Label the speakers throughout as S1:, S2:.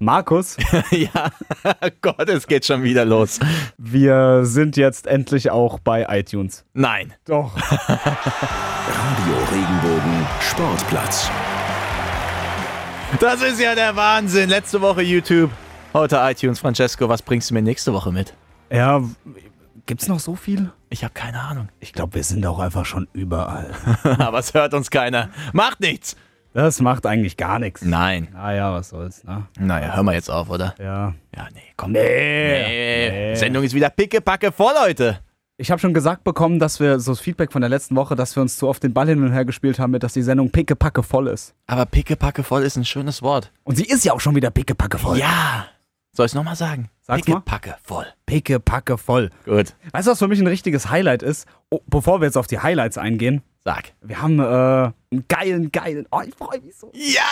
S1: Markus,
S2: ja, Gott, es geht schon wieder los.
S1: wir sind jetzt endlich auch bei iTunes.
S2: Nein.
S1: Doch.
S3: Radio Regenbogen Sportplatz.
S2: Das ist ja der Wahnsinn. Letzte Woche YouTube, heute iTunes. Francesco, was bringst du mir nächste Woche mit?
S1: Ja, gibt's noch so viel?
S2: Ich habe keine Ahnung.
S1: Ich glaube, wir sind auch einfach schon überall.
S2: Aber es hört uns keiner. Macht nichts.
S1: Das macht eigentlich gar nichts.
S2: Nein.
S1: Naja, was soll's, ne?
S2: Naja, hör mal jetzt auf, oder?
S1: Ja.
S2: Ja, nee, komm. Nee.
S1: Nee.
S2: Sendung ist wieder pickepacke voll heute.
S1: Ich habe schon gesagt bekommen, dass wir so das Feedback von der letzten Woche, dass wir uns zu oft den Ball hin und her gespielt haben, mit, dass die Sendung pickepacke voll ist.
S2: Aber pickepacke voll ist ein schönes Wort.
S1: Und sie ist ja auch schon wieder pickepacke voll.
S2: Ja. Soll ich es nochmal sagen?
S1: Sag's mal.
S2: pickepacke voll.
S1: Pickepacke voll.
S2: Gut.
S1: Weißt du, was für mich ein richtiges Highlight ist? Oh, bevor wir jetzt auf die Highlights eingehen,
S2: Sag.
S1: wir haben äh, einen geilen, geilen. Oh, ich freue mich so.
S2: Ja.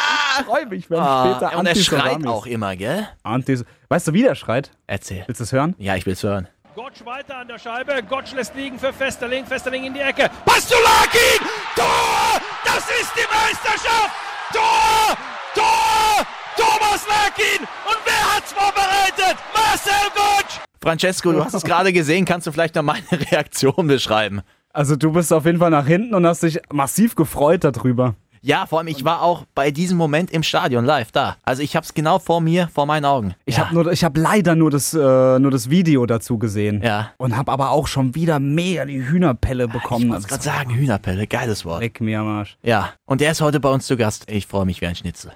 S1: freue mich, wenn
S2: Ah,
S1: später
S2: und er
S1: Antis
S2: schreit
S1: Salamis-
S2: auch immer, gell?
S1: Antis, weißt du, wie der schreit?
S2: Erzähl.
S1: Willst du es hören?
S2: Ja, ich will's hören.
S4: Gottsch weiter an der Scheibe. Gottsch lässt liegen für Festerling. Festerling in die Ecke.
S2: Pastulakin! Tor! Das ist die Meisterschaft! Tor! Tor! Thomas Larkin! Und wer hat's vorbereitet? Marcel Gutsch! Francesco, du hast es gerade gesehen. Kannst du vielleicht noch meine Reaktion beschreiben?
S1: Also, du bist auf jeden Fall nach hinten und hast dich massiv gefreut darüber.
S2: Ja, vor allem, ich war auch bei diesem Moment im Stadion live da. Also ich hab's genau vor mir, vor meinen Augen.
S1: Ich
S2: ja.
S1: hab habe hab leider nur das, äh, nur das Video dazu gesehen.
S2: Ja. Ah,
S1: Und habe aber auch schon wieder mega die Hühnerpelle
S2: Ich
S1: bekommen. Also,
S2: muss gerade sagen, Hühnerpelle, geiles Wort.
S1: leck mir am Arsch.
S2: Ja, und der ist heute bei uns zu Gast. Ich freue mich wie ein Schnitzel.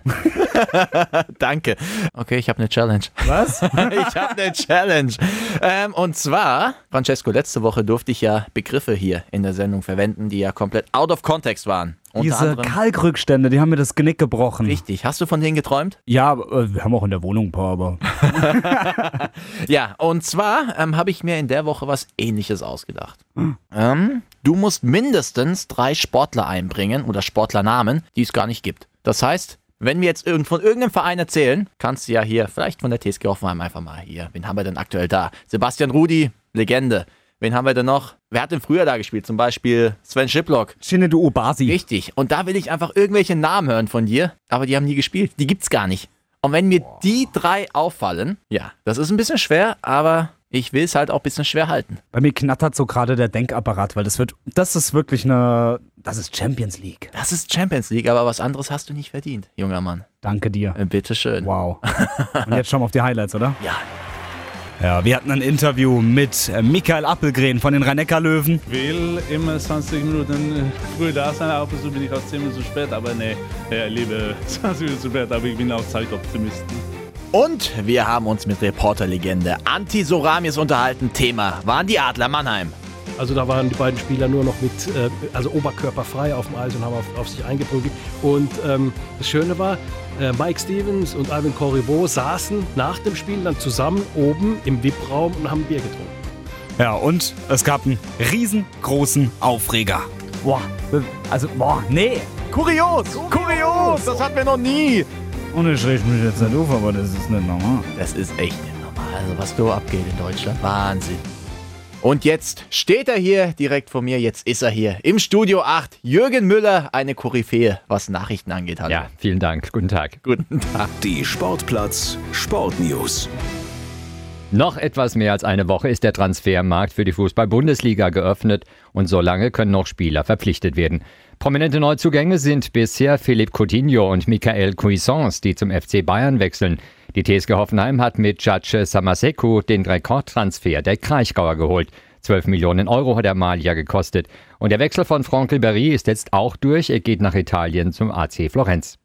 S2: Danke. Okay, ich habe eine Challenge.
S1: Was?
S2: Ich habe eine Challenge. Ähm, und zwar, Francesco, letzte Woche durfte ich ja Begriffe hier in der Sendung verwenden, die ja komplett out of context waren. Unter
S1: Diese
S2: anderem.
S1: Kalkrückstände, die haben mir das Genick gebrochen.
S2: Richtig. Hast du von denen geträumt?
S1: ja, äh, wir haben auch in der Wohnung ein paar, aber.
S2: Ja, und zwar ähm, habe ich mir in der Woche was ähnliches ausgedacht. Ähm, du musst mindestens drei Sportler einbringen oder Sportlernamen, die es gar nicht gibt. Das heißt, wenn wir jetzt irgend von irgendeinem Verein erzählen, kannst du ja hier vielleicht von der TSG Hoffenheim einfach mal hier. Wen haben wir denn aktuell da? Sebastian Rudi, Legende. Wen haben wir denn noch? Wer hat denn früher da gespielt? Zum Beispiel Sven Schiplock.
S1: Shinedu Obasi.
S2: Richtig. Und da will ich einfach irgendwelche Namen hören von dir, aber die haben nie gespielt. Die gibt's gar nicht. Und wenn mir die drei auffallen, ja, das ist ein bisschen schwer, aber ich will es halt auch ein bisschen schwer halten.
S1: Bei mir knattert so gerade der Denkapparat, weil das wird. Das ist wirklich eine. Das ist Champions League.
S2: Das ist Champions League, aber was anderes hast du nicht verdient, junger Mann.
S1: Danke dir.
S2: Äh, Bitteschön.
S1: Wow. Und jetzt schauen wir auf die Highlights, oder?
S2: Ja.
S1: Ja, wir hatten ein Interview mit äh, Michael Appelgren von den Rhein-Neckar-Löwen.
S5: will immer 20 Minuten äh, früh da sein, ab und zu bin ich auch 10 Minuten zu spät, aber nee, äh, liebe 20 Minuten zu spät, aber ich bin auch Zeitoptimist.
S2: Und wir haben uns mit Reporterlegende Anti Soramis unterhalten. Thema waren die Adler Mannheim.
S6: Also da waren die beiden Spieler nur noch mit, äh, also oberkörperfrei auf dem Eis und haben auf, auf sich eingeprügelt. Und ähm, das Schöne war, äh, Mike Stevens und Alvin Corriveau saßen nach dem Spiel dann zusammen oben im VIP-Raum und haben Bier getrunken.
S1: Ja, und es gab einen riesengroßen Aufreger. Boah, also, boah, nee.
S2: Kurios, kurios, das hatten wir noch nie.
S1: Und ich rieche mich jetzt nicht auf, aber das ist nicht normal.
S2: Das ist echt nicht normal. Also was so abgeht in Deutschland, Wahnsinn. Und jetzt steht er hier direkt vor mir, jetzt ist er hier im Studio 8. Jürgen Müller, eine Koryphäe, was Nachrichten angeht. Hallo.
S7: Ja, vielen Dank. Guten Tag.
S2: Guten Tag.
S3: Die Sportplatz Sportnews.
S7: Noch etwas mehr als eine Woche ist der Transfermarkt für die Fußball-Bundesliga geöffnet und solange können noch Spieler verpflichtet werden. Prominente Neuzugänge sind bisher Philipp Coutinho und Michael Cuisance, die zum FC Bayern wechseln. Die TSG Hoffenheim hat mit Jace Samaseku den Rekordtransfer der Kraichgauer geholt. 12 Millionen Euro hat der Malia gekostet. Und der Wechsel von Franck Ribéry ist jetzt auch durch. Er geht nach Italien zum AC Florenz.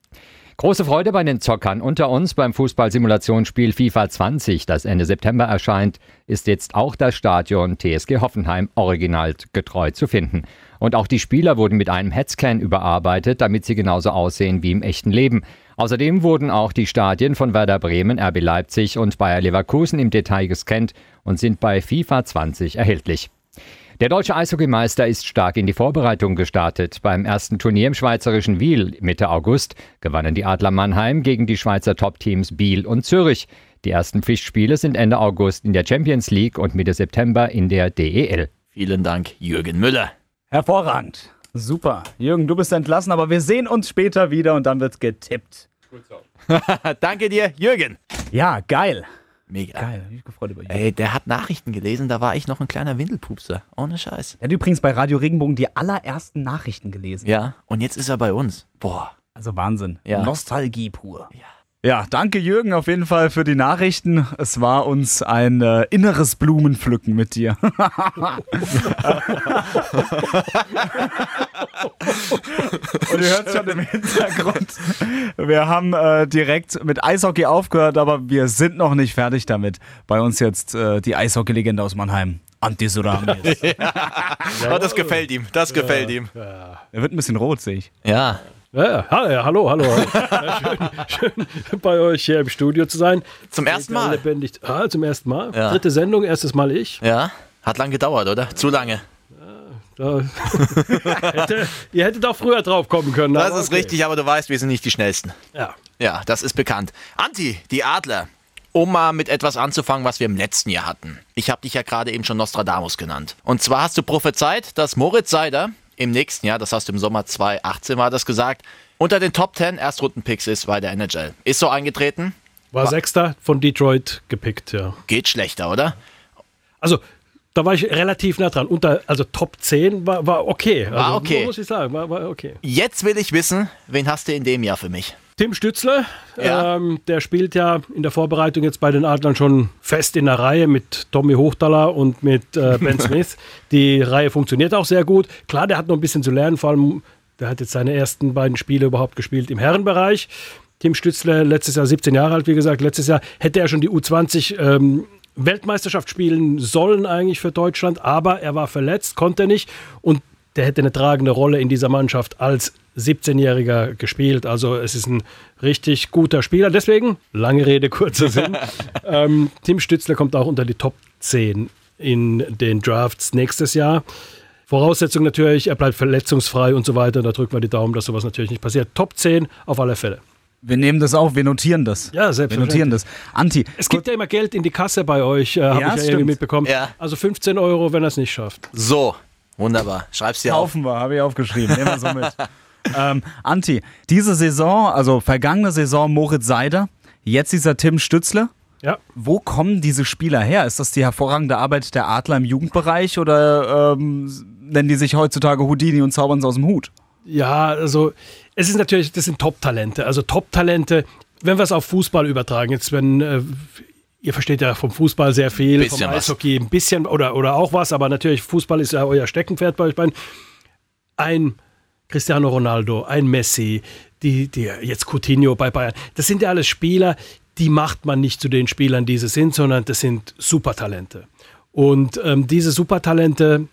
S7: Große Freude bei den Zockern unter uns beim Fußballsimulationsspiel FIFA 20, das Ende September erscheint, ist jetzt auch das Stadion TSG Hoffenheim original getreu zu finden. Und auch die Spieler wurden mit einem Headscan überarbeitet, damit sie genauso aussehen wie im echten Leben. Außerdem wurden auch die Stadien von Werder Bremen, RB Leipzig und Bayer Leverkusen im Detail gescannt und sind bei FIFA 20 erhältlich. Der deutsche Eishockeymeister ist stark in die Vorbereitung gestartet. Beim ersten Turnier im schweizerischen Wiel Mitte August gewannen die Adler Mannheim gegen die Schweizer Top-Teams Biel und Zürich. Die ersten Pflichtspiele sind Ende August in der Champions League und Mitte September in der E DEL.
S2: Vielen Dank, Jürgen Müller.
S1: Hervorragend. Super. Jürgen, du bist entlassen, aber wir sehen uns später wieder und dann wird getippt.
S2: Danke dir, Jürgen.
S1: Ja, geil.
S2: Mega.
S1: Geil, hab ich mich gefreut über ihn.
S2: Ey, der hat Nachrichten gelesen, da war ich noch ein kleiner Windelpupser. Ohne Scheiß.
S1: Er hat übrigens bei Radio Regenbogen die allerersten Nachrichten gelesen.
S2: Ja, und jetzt ist er bei uns. Boah.
S1: Also Wahnsinn.
S2: Ja.
S1: Nostalgie pur. Ja. danke Jürgen auf jeden Fall für die Nachrichten. Es war uns ein äh, inneres Blumenpflücken mit dir. Und ihr hört schon im Hintergrund, wir haben äh, direkt mit Eishockey aufgehört, aber wir sind noch nicht fertig damit. Bei uns jetzt äh, die Eishockey-Legende aus Mannheim, Antti Suramis.
S2: Oh, das gefällt ihm, das gefällt ihm.
S1: er wird ein bisschen rot, sehe ich.
S2: Ja.
S6: Ja, ja, ha- ja, hallo, hallo. Ja, schön, schön bei euch hier im Studio zu sein.
S2: Zum ersten
S6: Total
S2: Mal.
S6: Lebendig. Ah, zum ersten Mal.
S2: Ja.
S6: Dritte Sendung, erstes Mal ich.
S2: Ja. Hat lang gedauert, oder? Zu lange.
S6: Da, hätte, ihr hättet auch früher drauf kommen können.
S2: Das
S6: aber
S2: ist
S6: okay.
S2: richtig, aber du weißt, wir sind nicht die schnellsten.
S6: Ja.
S2: Ja, das ist bekannt. Anti, die Adler. Um mal mit etwas anzufangen, was wir im letzten Jahr hatten. Ich habe dich ja gerade eben schon Nostradamus genannt. Und zwar hast du prophezeit, dass Moritz Seider im nächsten Jahr, das hast du im Sommer 2018 war das gesagt, unter den Top 10 Erstrundenpicks ist bei der NHL. Ist so eingetreten?
S6: War Sechster von Detroit gepickt, ja.
S2: Geht schlechter, oder?
S6: Also, da war ich relativ nah dran. Unter, also Top 10 war, war okay. Also,
S2: War okay.
S6: Muss ich sagen, war, war okay.
S2: Jetzt will ich wissen, wen hast du in dem Jahr für mich?
S6: Tim Stützle,
S2: Ja.
S6: ähm, der spielt ja in der Vorbereitung jetzt bei den Adlern schon fest in der Reihe mit Tommy Hochtaler und mit äh, Ben Smith. Die Reihe funktioniert auch sehr gut. Klar, der hat noch ein bisschen zu lernen, vor allem der hat jetzt seine ersten beiden Spiele überhaupt gespielt im Herrenbereich. Tim Stützle, letztes Jahr 17 Jahre alt, wie gesagt, letztes Jahr hätte er schon die U20 ähm, Weltmeisterschaft spielen sollen eigentlich für Deutschland, aber er war verletzt, konnte nicht und der hätte eine tragende Rolle in dieser Mannschaft als 17-Jähriger gespielt. Also es ist ein richtig guter Spieler. Deswegen, lange Rede, kurzer Sinn. ähm, Tim Stützler kommt auch unter die Top 10 in den Drafts nächstes Jahr. Voraussetzung natürlich, er bleibt verletzungsfrei und so weiter. Da drücken wir die Daumen, dass sowas natürlich nicht passiert. Top 10 auf alle Fälle.
S1: Wir nehmen das auf, wir notieren das.
S6: Ja,
S1: Wir notieren
S6: selbstverständlich.
S1: das. Anti,
S6: Es gibt ja immer Geld in die Kasse bei euch, äh,
S1: Ja,
S6: habe ich ja
S1: stimmt.
S6: irgendwie mitbekommen.
S2: Ja.
S6: Also 15 Euro, wenn er es nicht schafft.
S2: So, wunderbar. Schreib's dir auf.
S1: Kaufen wir, habe ich aufgeschrieben. Nehmen wir so mit. ähm, Anti, diese Saison, also vergangene Saison Moritz Seider, jetzt dieser Tim Stützle.
S6: Ja.
S1: Wo kommen diese Spieler her? Ist das die hervorragende Arbeit der Adler im Jugendbereich oder ähm, nennen die sich heutzutage Houdini und zaubern sie aus dem Hut?
S6: Ja, also es ist natürlich, das sind Top-Talente. Also Top-Talente, wenn wir es auf Fußball übertragen, jetzt wenn äh, ihr versteht ja vom Fußball sehr viel,
S2: Bisschen
S6: vom
S2: was.
S6: Eishockey ein bisschen oder, oder auch was, aber natürlich Fußball ist ja euer Steckenpferd bei euch beiden. Ein Cristiano Ronaldo, ein Messi, die, die jetzt Coutinho bei Bayern, das sind ja alles Spieler, die macht man nicht zu den Spielern, die sie sind, sondern das sind Supertalente. Und ähm, diese Supertalente,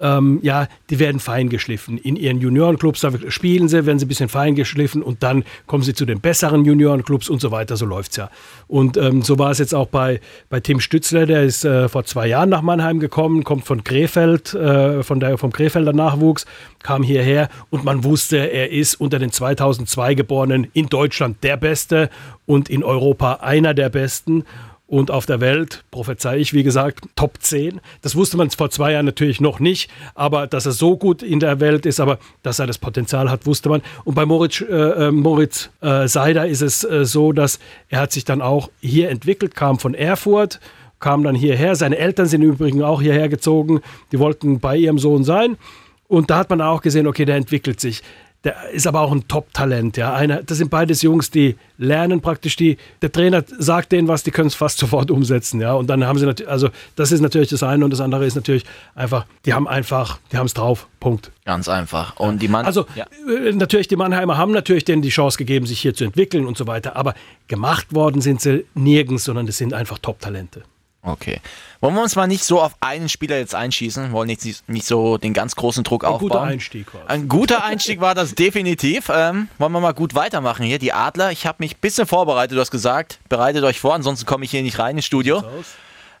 S6: ähm, ja, die werden fein geschliffen. In ihren Juniorenclubs, da spielen sie, werden sie ein bisschen fein geschliffen und dann kommen sie zu den besseren Juniorenclubs und so weiter. So läuft's ja. Und ähm, so war es jetzt auch bei, bei Tim Stützler, der ist äh, vor zwei Jahren nach Mannheim gekommen, kommt von Krefeld, äh, von der, vom Krefelder Nachwuchs, kam hierher und man wusste, er ist unter den 2002 Geborenen in Deutschland der Beste und in Europa einer der Besten. Und auf der Welt, prophezei ich, wie gesagt, Top 10. Das wusste man vor zwei Jahren natürlich noch nicht, aber dass er so gut in der Welt ist, aber dass er das Potenzial hat, wusste man. Und bei Moritz, äh, äh, Moritz äh, Seider ist es äh, so, dass er hat sich dann auch hier entwickelt, kam von Erfurt, kam dann hierher. Seine Eltern sind im Übrigen auch hierher gezogen. Die wollten bei ihrem Sohn sein. Und da hat man auch gesehen, okay, der entwickelt sich. Der ist aber auch ein Top-Talent. Ja. Einer, das sind beides Jungs, die lernen praktisch die. Der Trainer sagt denen was, die können es fast sofort umsetzen. Ja. Und dann haben sie natürlich, also das ist natürlich das eine und das andere ist natürlich einfach, die haben einfach, die haben es drauf. Punkt.
S2: Ganz einfach. Und die Mann.
S6: Also
S2: ja.
S6: äh, natürlich, die Mannheimer haben natürlich denen die Chance gegeben, sich hier zu entwickeln und so weiter. Aber gemacht worden sind sie nirgends, sondern das sind einfach Top-Talente.
S2: Okay. Wollen wir uns mal nicht so auf einen Spieler jetzt einschießen? Wollen nicht, nicht so den ganz großen Druck
S6: Ein
S2: aufbauen?
S6: guter Einstieg war es.
S2: Ein guter Einstieg war das definitiv. Ähm, wollen wir mal gut weitermachen hier. Die Adler, ich habe mich ein bisschen vorbereitet, du hast gesagt, bereitet euch vor, ansonsten komme ich hier nicht rein ins Studio.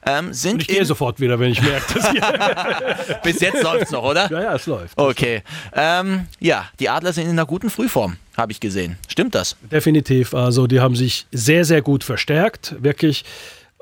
S2: Ähm,
S6: Und
S2: sind
S6: ich gehe
S2: in-
S6: sofort wieder, wenn ich merke, dass hier.
S2: Bis jetzt läuft's noch, oder?
S6: ja, ja, es läuft.
S2: Okay. Ähm, ja, die Adler sind in einer guten Frühform, habe ich gesehen. Stimmt das?
S6: Definitiv. Also die haben sich sehr, sehr gut verstärkt. Wirklich.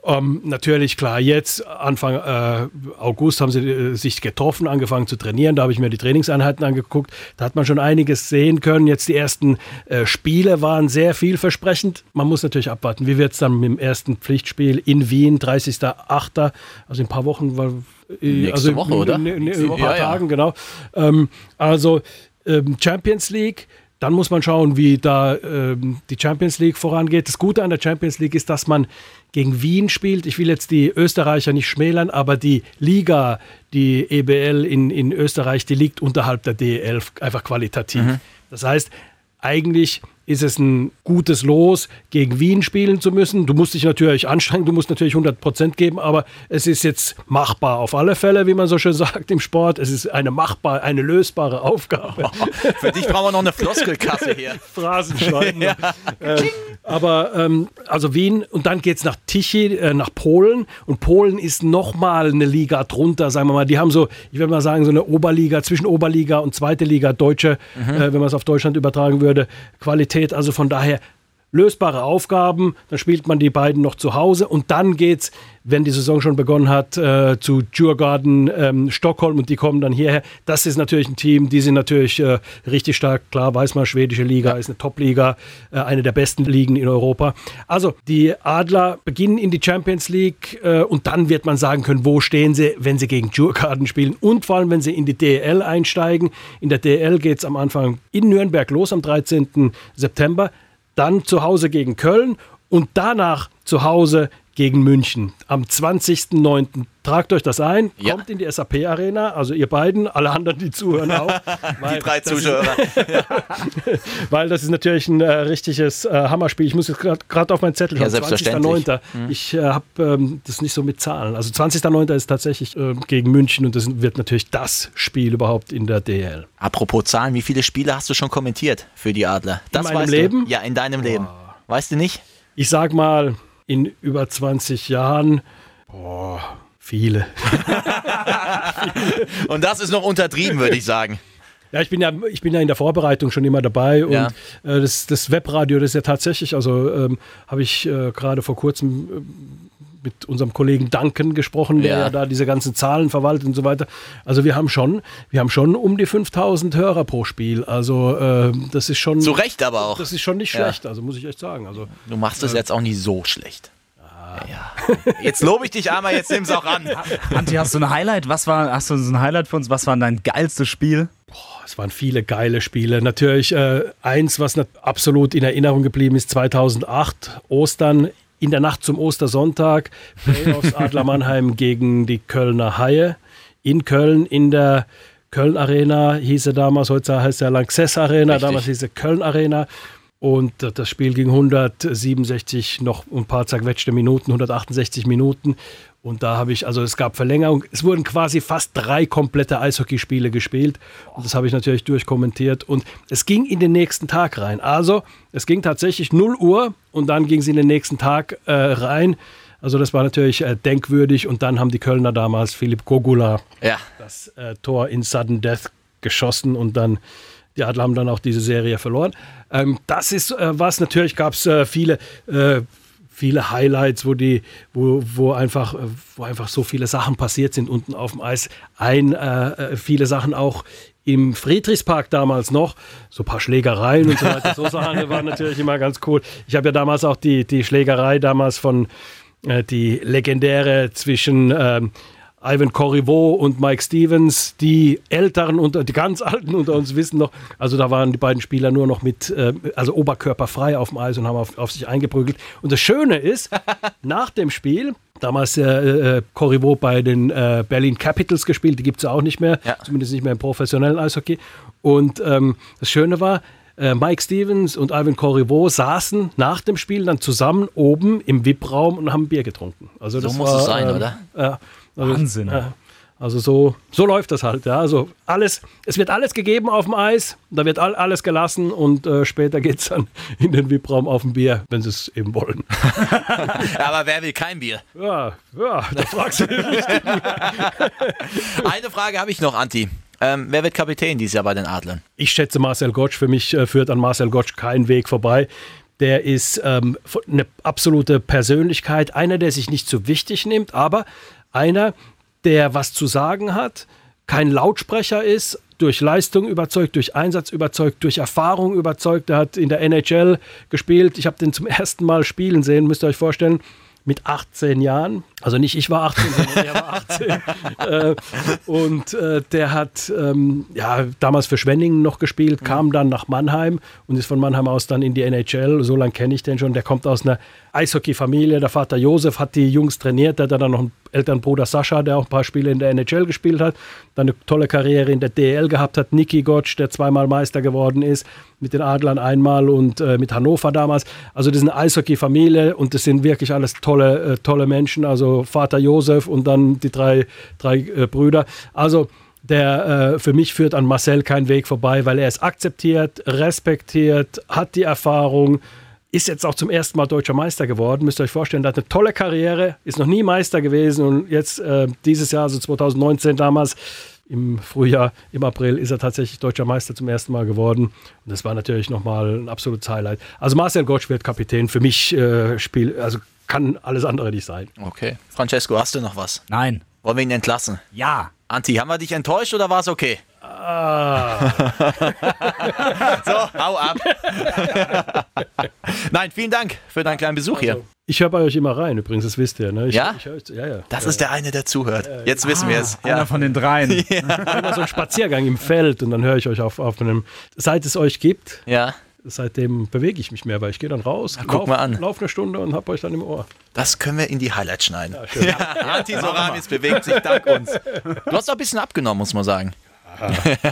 S6: Ähm, natürlich, klar, jetzt Anfang äh, August haben sie äh, sich getroffen, angefangen zu trainieren. Da habe ich mir die Trainingseinheiten angeguckt. Da hat man schon einiges sehen können. Jetzt die ersten äh, Spiele waren sehr vielversprechend. Man muss natürlich abwarten. Wie wird es dann mit dem ersten Pflichtspiel in Wien, 30.08., also in ein paar Wochen, äh, weil
S2: Nächste Woche,
S6: in-
S2: oder?
S6: in- in-
S2: Nächste
S6: ne, In ein paar
S2: Woche, ja, ja.
S6: Tagen, genau. Ähm, also ähm, Champions League. Dann muss man schauen, wie da ähm, die Champions League vorangeht. Das Gute an der Champions League ist, dass man gegen Wien spielt. Ich will jetzt die Österreicher nicht schmälern, aber die Liga, die EBL in, in Österreich, die liegt unterhalb der DEL, einfach qualitativ. Das heißt, eigentlich ist es ein gutes Los, gegen Wien spielen zu müssen. Du musst dich natürlich anstrengen, du musst natürlich 100 Prozent geben, aber es ist jetzt machbar auf alle Fälle, wie man so schön sagt im Sport. Es ist eine machbar, eine lösbare Aufgabe.
S2: Für dich brauchen wir noch eine Floskelkasse hier.
S6: Phrasenschwein. äh, aber ähm, also Wien und dann geht es nach Tichy, äh, nach Polen und Polen ist nochmal eine Liga drunter, sagen wir mal. Die haben so, ich würde mal sagen, so eine Oberliga, zwischen Oberliga und zweite Liga, deutsche, äh, wenn man es auf Deutschland übertragen würde, Qualität. Also von daher lösbare Aufgaben, dann spielt man die beiden noch zu Hause und dann geht's, wenn die Saison schon begonnen hat, äh, zu Djurgården, ähm, Stockholm und die kommen dann hierher. Das ist natürlich ein Team, die sind natürlich äh, richtig stark, klar weiß man, schwedische Liga ist eine Top-Liga, äh, eine der besten Ligen in Europa. Also die Adler beginnen in die Champions League äh, und dann wird man sagen können, wo stehen sie, wenn sie gegen Djurgården spielen und vor allem, wenn sie in die DEL einsteigen. In der DEL geht's am Anfang in Nürnberg los am 13. September dann zu Hause gegen Köln und danach zu Hause gegen München am 20.09. Tragt euch das ein,
S2: Ja.
S6: kommt in die SAP-Arena, also ihr beiden, alle anderen, die zuhören auch.
S2: Die drei Zuschauer.
S6: Weil das ist natürlich ein äh, richtiges äh, Hammerspiel. Ich muss jetzt gerade auf meinen Zettel
S2: Ja,
S6: schauen.
S2: selbstverständlich. Mhm.
S6: 20.09. Ich äh, habe ähm, das nicht so mit Zahlen. Also 20.09. ist tatsächlich ähm, gegen München und das wird natürlich das Spiel überhaupt in der DL.
S2: Apropos Zahlen, wie viele Spiele hast du schon kommentiert für die Adler? Das
S6: meinem
S2: weißt
S6: Leben?
S2: Du. Ja, in deinem Leben. Weißt du nicht?
S6: Ich sag mal, in über 20 Jahren, boah, viele.
S2: Und das ist noch untertrieben, würde ich sagen.
S6: Ja, ich bin ja, ich bin ja in der Vorbereitung schon immer dabei und
S2: Ja.
S6: äh, das, das Webradio, das ist ja tatsächlich, also ähm, habe ich äh, gerade vor kurzem ähm, mit unserem Kollegen Duncan gesprochen, der ja.
S2: Ja.
S6: da diese ganzen Zahlen verwaltet und so weiter. Also wir haben schon, wir haben schon um die 5000 Hörer pro Spiel. Also ähm, das ist schon,
S2: Zu Recht aber auch.
S6: das ist schon nicht
S2: Ja.
S6: schlecht. Also muss ich echt sagen. Also
S2: Du machst es jetzt auch nicht so schlecht.
S6: Ah.
S2: Ja. Jetzt lobe ich dich einmal, jetzt nimm's auch an.
S1: Anti, hast du ein Highlight? Was war, hast du so ein Highlight für uns? Was war dein geilstes Spiel?
S6: Es waren viele geile Spiele. Natürlich äh, eins, was nat- absolut in Erinnerung geblieben ist, 2008, Ostern, in der Nacht zum Ostersonntag, Playoffs Adler Mannheim gegen die Kölner Haie in Köln in der Köln Arena hieß sie damals, heute heißt sie ja Lanxess Arena,
S2: Richtig.
S6: damals hieß sie Köln Arena. Und äh, das Spiel ging 167 noch ein paar zerquetschte Minuten, 168 Minuten. Und da habe ich, also es gab Verlängerung. Es wurden quasi fast drei komplette Eishockeyspiele gespielt. Und das habe ich natürlich durchkommentiert. Und es ging in den nächsten Tag rein. Also es ging tatsächlich 0 Uhr und dann ging es in den nächsten Tag äh, rein. Also das war natürlich äh, denkwürdig. Und dann haben die Kölner damals Philipp Gogula
S2: Ja,
S6: das äh, Tor in Sudden Death geschossen und dann die Adler haben dann auch diese Serie verloren. Ähm, das ist äh, was, natürlich gab es äh, viele, äh, viele Highlights, wo, die, wo, wo, einfach, äh, wo einfach so viele Sachen passiert sind unten auf dem Eis. Ein, äh, äh, viele Sachen auch im Friedrichspark damals noch, so ein paar Schlägereien und so weiter. So Sachen waren natürlich immer ganz cool. Ich habe ja damals auch die, die Schlägerei damals von äh, die legendäre zwischen ähm, Ivan Corriveau und Mike Stevens, die Älteren unter, die ganz Alten unter uns wissen noch, also da waren die beiden Spieler nur noch mit, äh, also oberkörperfrei auf dem Eis und haben auf, auf sich eingeprügelt. Und das Schöne ist, nach dem Spiel, damals äh, äh, Corriveau bei den äh, Berlin Capitals gespielt, die gibt es ja auch nicht mehr,
S2: Ja.
S6: zumindest nicht mehr im professionellen Eishockey. Und ähm, das Schöne war, äh, Mike Stevens und Ivan Corriveau saßen nach dem Spiel dann zusammen oben im VIP-Raum und haben Bier getrunken. Also
S2: So
S6: das
S2: muss
S6: war,
S2: es sein,
S6: ähm,
S2: oder?
S6: ja, also,
S1: Wahnsinn.
S6: Ja, also so, so läuft das halt. Ja. Also alles, es wird alles gegeben auf dem Eis, da wird all, alles gelassen und äh, später geht es dann in den VIP-Raum auf ein Bier, wenn sie es eben wollen.
S2: aber wer will kein Bier?
S6: Ja, ja, da fragst du mich.
S2: Eine Frage habe ich noch, Anti. Ähm, wer wird Kapitän dieses Jahr bei den Adlern?
S6: Ich schätze Marcel Gottsch, für mich äh, führt an Marcel Gottsch kein Weg vorbei. Der ist ähm, von- eine absolute Persönlichkeit, einer, der sich nicht zu wichtig nimmt, aber einer, der was zu sagen hat, kein Lautsprecher ist, durch Leistung überzeugt, durch Einsatz überzeugt, durch Erfahrung überzeugt. Er hat in der NHL gespielt. Ich habe den zum ersten Mal spielen sehen, müsst ihr euch vorstellen. Mit 18 Jahren, also nicht ich war 18, sondern er war 18. äh, und äh, der hat ähm, ja, damals für Schwenningen noch gespielt, kam dann nach Mannheim und ist von Mannheim aus dann in die NHL. So lange kenne ich den schon. Der kommt aus einer Eishockey-Familie. Der Vater Josef hat die Jungs trainiert. Der hat dann noch einen Elternbruder Sascha, der auch ein paar Spiele in der NHL gespielt hat. Dann eine tolle Karriere in der DL gehabt hat. Niki Gotsch, der zweimal Meister geworden ist. Mit den Adlern einmal und äh, mit Hannover damals. Also das ist eine Eishockey-Familie und das sind wirklich alles tolle, äh, tolle Menschen. Also Vater Josef und dann die drei, drei äh, Brüder. Also der äh, für mich führt an Marcel kein Weg vorbei, weil er ist akzeptiert, respektiert, hat die Erfahrung, ist jetzt auch zum ersten Mal deutscher Meister geworden. Müsst ihr euch vorstellen, der hat eine tolle Karriere, ist noch nie Meister gewesen und jetzt äh, dieses Jahr, also 2019 damals, im Frühjahr, im April, ist er tatsächlich deutscher Meister zum ersten Mal geworden. Und das war natürlich nochmal ein absolutes Highlight. Also Marcel Gottsch wird Kapitän. Für mich äh, Spiel, also kann alles andere nicht sein.
S2: Okay. Francesco, hast du noch was?
S1: Nein.
S2: Wollen wir ihn entlassen?
S1: Ja.
S2: Anti, haben wir dich enttäuscht oder war es okay?
S6: Ah.
S2: so, hau ab. Nein, vielen Dank für deinen kleinen Besuch hier.
S1: Also,
S6: Ich höre bei euch immer rein, übrigens, das wisst ihr. Ne? Ich,
S2: Ja?
S6: Ich hör, euch- ja, ja.
S2: Das ist der eine, der zuhört. Jetzt wissen wir es.
S1: äh, Ah, Einer
S2: Ja.
S1: von den dreien.
S6: immer so einen Spaziergang im Feld und dann höre ich euch auf, auf einem. Seit es euch gibt,
S2: ja,
S6: seitdem bewege ich mich mehr, weil ich gehe dann raus,
S2: guck
S6: lauf,
S2: mal an.
S6: lauf eine Stunde und hab euch dann im Ohr.
S2: das können wir in die Highlights schneiden. Ja, Anti Soramis bewegt sich dank uns. Du hast auch ein bisschen abgenommen, muss man sagen.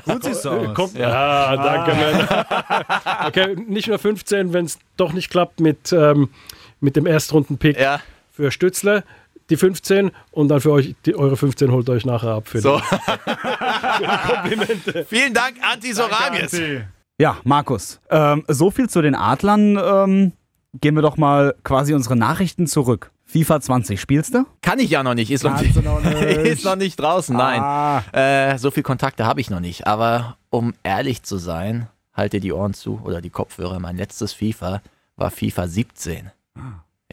S1: Gut siehst du aus.
S6: Kommt, ja, Ah, danke, Mann. Ah. okay, nicht nur 15, wenn es doch nicht klappt mit, ähm, mit dem Erstrunden-Pick
S2: Ja,
S6: für Stützle, die 15 und dann für euch, die, eure 15 holt euch nachher ab für
S2: so. Vielen Dank, Anti Soramis.
S1: Ja, Markus. Ähm, so viel zu den Adlern. Ähm, gehen wir doch mal quasi unsere Nachrichten zurück. FIFA 20, spielst du?
S2: Kann ich ja noch nicht. Ist noch,
S1: Kannst du noch nicht.
S2: ist noch nicht draußen. Nein.
S1: Ah,
S2: Äh, so viel Kontakte habe ich noch nicht. Aber um ehrlich zu sein, halte die Ohren zu oder die Kopfhörer. Mein letztes FIFA war FIFA 17.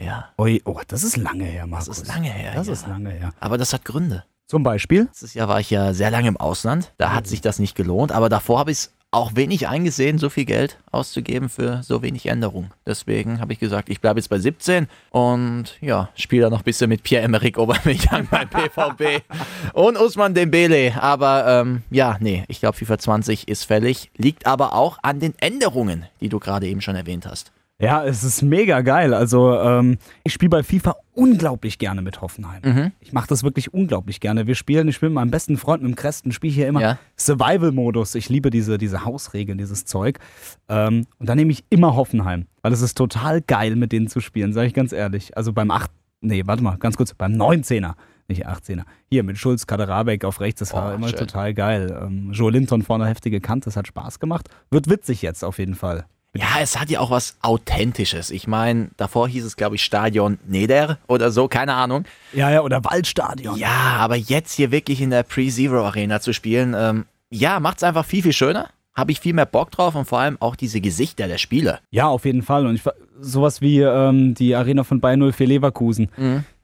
S2: Ja,
S1: ui, oh, das ist lange her, Markus.
S2: das ist lange her.
S1: Das
S2: ja.
S1: ist lange her.
S2: Aber das hat Gründe.
S1: Zum Beispiel?
S2: Letztes Jahr war ich ja sehr lange im Ausland. Da hat sich das nicht gelohnt. Aber davor habe ich es auch wenig eingesehen, so viel Geld auszugeben für so wenig Änderung. Deswegen habe ich gesagt, ich bleibe jetzt bei 17 und ja, spiele da noch ein bisschen mit Pierre-Emerick Aubameyang beim BVB und Usman Dembele. Aber ähm, ja, nee, ich glaube FIFA 20 ist fällig. Liegt aber auch an den Änderungen, die du gerade eben schon erwähnt hast.
S1: Ja, es ist mega geil. Also ähm, ich spiele bei FIFA unglaublich gerne mit Hoffenheim.
S2: Mhm.
S1: Ich mache das wirklich unglaublich gerne. Wir spielen, ich spiele mit meinem besten Freund, mit dem Kresten, spiele hier immer
S2: Ja.
S1: Survival-Modus. Ich liebe diese, diese Hausregeln, dieses Zeug. Ähm, und da nehme ich immer Hoffenheim, weil es ist total geil, mit denen zu spielen, sage ich ganz ehrlich. Also beim 8, nee, warte mal, ganz kurz, beim 19er. Nicht 18er. Hier mit Schulz, Kaderabek auf rechts, das war immer
S2: schön.
S1: total geil. Ähm, Joe Linton vorne heftige Kante, das hat Spaß gemacht. Wird witzig jetzt auf jeden Fall.
S2: Ja, es hat ja auch was Authentisches. Ich meine, davor hieß es, glaube ich, Stadion Neder oder so, keine Ahnung.
S1: Ja, ja, oder Waldstadion.
S2: Ja, aber jetzt hier wirklich in der Pre-Zero Arena zu spielen, ähm, ja, macht's einfach viel, viel schöner. Habe ich viel mehr Bock drauf und vor allem auch diese Gesichter der Spieler.
S1: Ja, auf jeden Fall. Und ich, ver- sowas wie ähm, die Arena von Bayern 04 Leverkusen.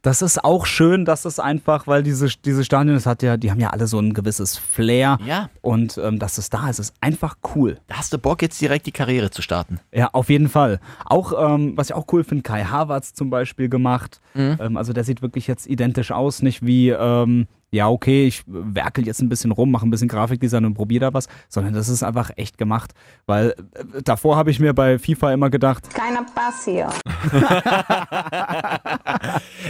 S1: Das ist auch schön, dass es einfach, weil diese, diese Stadien, das hat ja, die haben ja alle so ein gewisses Flair.
S2: Ja.
S1: Und ähm, dass es da ist, ist einfach cool.
S2: Da hast du Bock, jetzt direkt die Karriere zu starten.
S1: Ja, auf jeden Fall. Auch, ähm, was ich auch cool finde, Kai Havertz zum Beispiel gemacht. Ähm, also der sieht wirklich jetzt identisch aus, nicht wie, ähm, ja, okay, ich werkel jetzt ein bisschen rum, mache ein bisschen Grafikdesign und probiere da was, sondern das ist einfach echt gemacht. Weil äh, davor habe ich mir bei FIFA immer gedacht,
S8: Keiner Pass hier.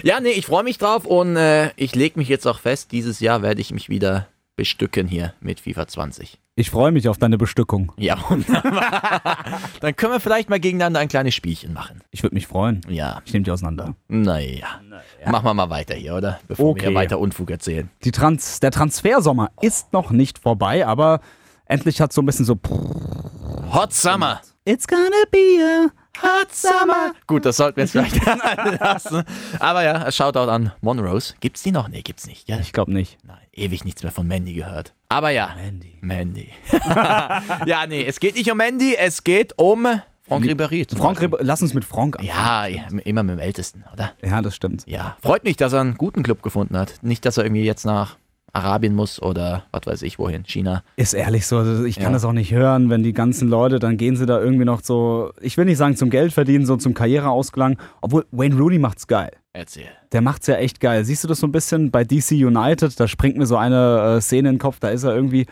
S2: Ja, nee, ich freue mich drauf und äh, ich lege mich jetzt auch fest, dieses Jahr werde ich mich wieder bestücken hier mit FIFA 20.
S1: ich freue mich auf deine Bestückung.
S2: Ja, wunderbar. Dann können wir vielleicht mal gegeneinander ein kleines Spielchen machen.
S1: Ich würde mich freuen.
S2: Ja,
S1: Ich nehme die auseinander.
S2: naja. Machen wir mal weiter hier, oder? Bevor wir
S1: Okay.
S2: hier weiter Unfug erzählen.
S1: Die Trans der Transfersommer ist noch nicht vorbei, aber endlich hat so ein bisschen so.
S2: Hot Summer!
S1: It's gonna be a hot summer.
S2: Gut, das sollten wir jetzt vielleicht lassen. Aber ja, Shoutout an Monrose. Gibt's die noch? Nee, gibt's nicht. Ja,
S1: Ich glaube nicht.
S2: nein, ewig nichts mehr von Mandy gehört. Aber ja. Mandy. Mandy. ja, nee, es geht nicht um Mandy, es geht um Franck Ribéry. zum
S1: Franck,
S2: Beispiel.
S1: Rib- lass uns mit Frank anfangen.
S2: Ja, ja, immer mit dem Ältesten, oder?
S1: Ja, das stimmt.
S2: Ja, freut mich, dass er einen guten Club gefunden hat. Nicht, dass er irgendwie jetzt nach Arabien muss oder was weiß ich wohin, China.
S1: Ist ehrlich so, also ich kann
S2: Ja.
S1: das auch nicht hören, wenn die ganzen Leute, dann gehen sie da irgendwie noch so, ich will nicht sagen zum Geld verdienen, so zum Karriereausklang, obwohl Wayne Rooney macht's geil.
S2: Erzähl.
S1: Der macht's ja echt geil. Siehst du das so ein bisschen bei DC United? Da springt mir so eine äh, Szene in den Kopf, da ist er irgendwie.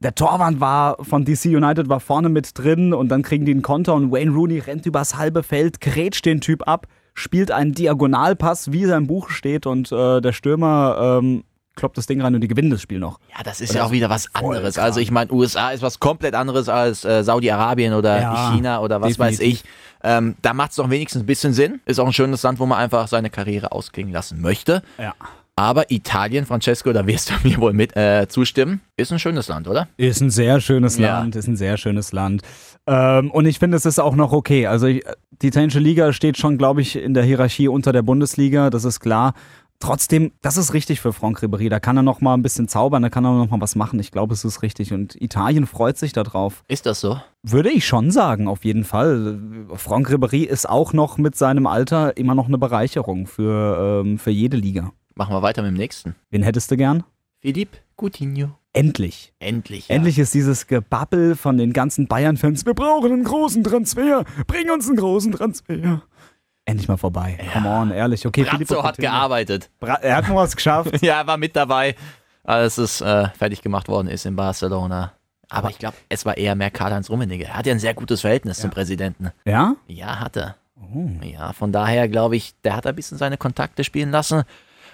S1: Der Torwart war von DC United war vorne mit drin und dann kriegen die einen Konter und Wayne Rooney rennt übers halbe Feld, grätscht den Typ ab, spielt einen Diagonalpass, wie er im Buch steht und äh, der Stürmer ähm, kloppt das Ding rein und die gewinnen das Spiel noch.
S2: Ja, das ist ja auch wieder was anderes. Also ich meine, USA ist was komplett anderes als äh, Saudi-Arabien oder
S1: Ja,
S2: China oder was weiß ich.
S1: definitiv.
S2: Ähm, da macht es doch wenigstens ein bisschen Sinn. Ist auch ein schönes Land, wo man einfach seine Karriere ausklingen lassen möchte.
S1: Ja.
S2: Aber Italien, Francesco, da wirst du mir wohl mit äh, zustimmen, ist ein schönes Land, oder?
S1: Ist ein sehr schönes
S2: Ja.
S1: Land, ist ein sehr schönes Land. Ähm, und ich finde, es ist auch noch okay. Also ich, die italienische Liga steht schon, glaube ich, in der Hierarchie unter der Bundesliga, das ist klar. Trotzdem, das ist richtig für Franck Ribéry. Da kann er noch mal ein bisschen zaubern, da kann er noch mal was machen. Ich glaube, es ist richtig. Und Italien freut sich darauf.
S2: Ist das so?
S1: Würde ich schon sagen, auf jeden Fall. Franck Ribéry ist auch noch mit seinem Alter immer noch eine Bereicherung für, ähm, für jede Liga.
S2: Machen wir weiter mit dem nächsten.
S1: Wen hättest du gern?
S2: Philipp Coutinho.
S1: Endlich.
S2: Endlich.
S1: Endlich ist dieses Gebabbel von den ganzen Bayern-Fans, wir brauchen einen großen Transfer, bring uns einen großen Transfer. Endlich mal vorbei. Come on, ehrlich. Okay,
S2: Brazzo
S1: Filippo
S2: hat
S1: Coutinho.
S2: gearbeitet.
S1: Bra er hat noch was geschafft.
S2: Ja, er war mit dabei, als es äh, fertig gemacht worden ist in Barcelona. Aber ich glaube, es war eher mehr Karl-Heinz Rummenigge. Er hat ja ein sehr gutes Verhältnis zum Präsidenten.
S1: ja?
S2: Ja, hat er.
S1: Oh.
S2: Ja, von daher glaube ich, der hat ein bisschen seine Kontakte spielen lassen.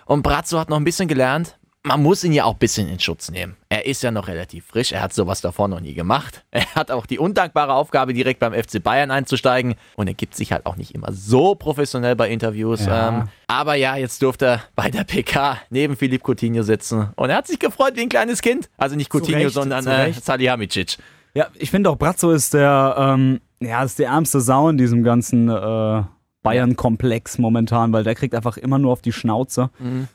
S2: Und Brazzo hat noch ein bisschen gelernt. Man muss ihn ja auch ein bisschen in Schutz nehmen. Er ist ja noch relativ frisch. Er hat sowas davor noch nie gemacht. Er hat auch die undankbare Aufgabe, direkt beim FC Bayern einzusteigen. Und er gibt sich halt auch nicht immer so professionell bei Interviews. Ähm, aber ja, jetzt durfte er bei der PK neben Philipp Coutinho sitzen. Und er hat sich gefreut wie ein kleines Kind. Also nicht Coutinho,
S1: Recht,
S2: sondern
S1: zu
S2: äh,
S1: Recht.
S2: Salihamidzic.
S1: Ja, ich finde auch Brazzo ist der, ähm, ja, ist die ärmste Sau in diesem ganzen äh, Bayern-Komplex momentan, weil der kriegt einfach immer nur auf die Schnauze.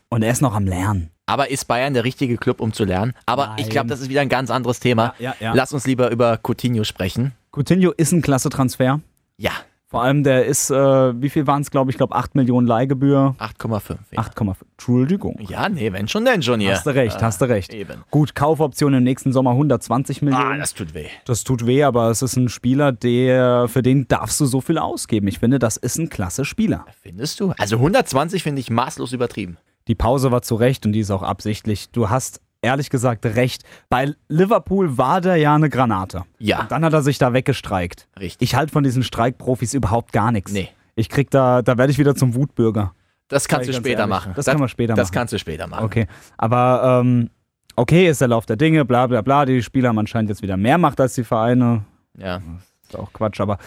S1: Und er ist noch am Lernen.
S2: Aber ist Bayern der richtige Club, um zu lernen? Aber ich glaube,
S1: Nein.
S2: das ist wieder ein ganz anderes Thema.
S1: Ja, ja, ja.
S2: Lass uns lieber über Coutinho sprechen.
S1: Coutinho ist ein klasse Transfer.
S2: Ja,
S1: Vor allem, der ist, äh, wie viel waren es, glaube ich, glaube 8 Millionen Leihgebühr.
S2: 8,5. Ja.
S1: 8,5. Entschuldigung.
S2: ja, nee, wenn schon, denn schon hier.
S1: Hast du recht, hast du recht.
S2: eben.
S1: Gut, Kaufoption im nächsten Sommer 120
S2: Ah,
S1: Millionen.
S2: das tut weh.
S1: das tut weh, aber es ist ein Spieler, der für den darfst du so viel ausgeben. Ich finde, das ist ein klasse Spieler.
S2: Findest du? Also 120 finde ich maßlos übertrieben.
S1: Die Pause war zu Recht und die ist auch absichtlich. Du hast ehrlich gesagt recht. Bei Liverpool war der ja eine Granate.
S2: Ja.
S1: Und dann hat er sich da weggestreikt.
S2: Richtig.
S1: Ich halte von diesen Streikprofis überhaupt gar nichts.
S2: Nee.
S1: Ich krieg da, da werde ich wieder zum Wutbürger.
S2: Das kannst
S1: Sei
S2: du
S1: ganz
S2: später
S1: ehrlich,
S2: machen.
S1: das kann man später
S2: Das
S1: machen.
S2: kannst du später machen.
S1: Okay, aber ähm, okay ist der Lauf der Dinge, bla bla bla. Die Spieler haben anscheinend jetzt wieder mehr Macht als die Vereine.
S2: Ja.
S1: Ist auch Quatsch, aber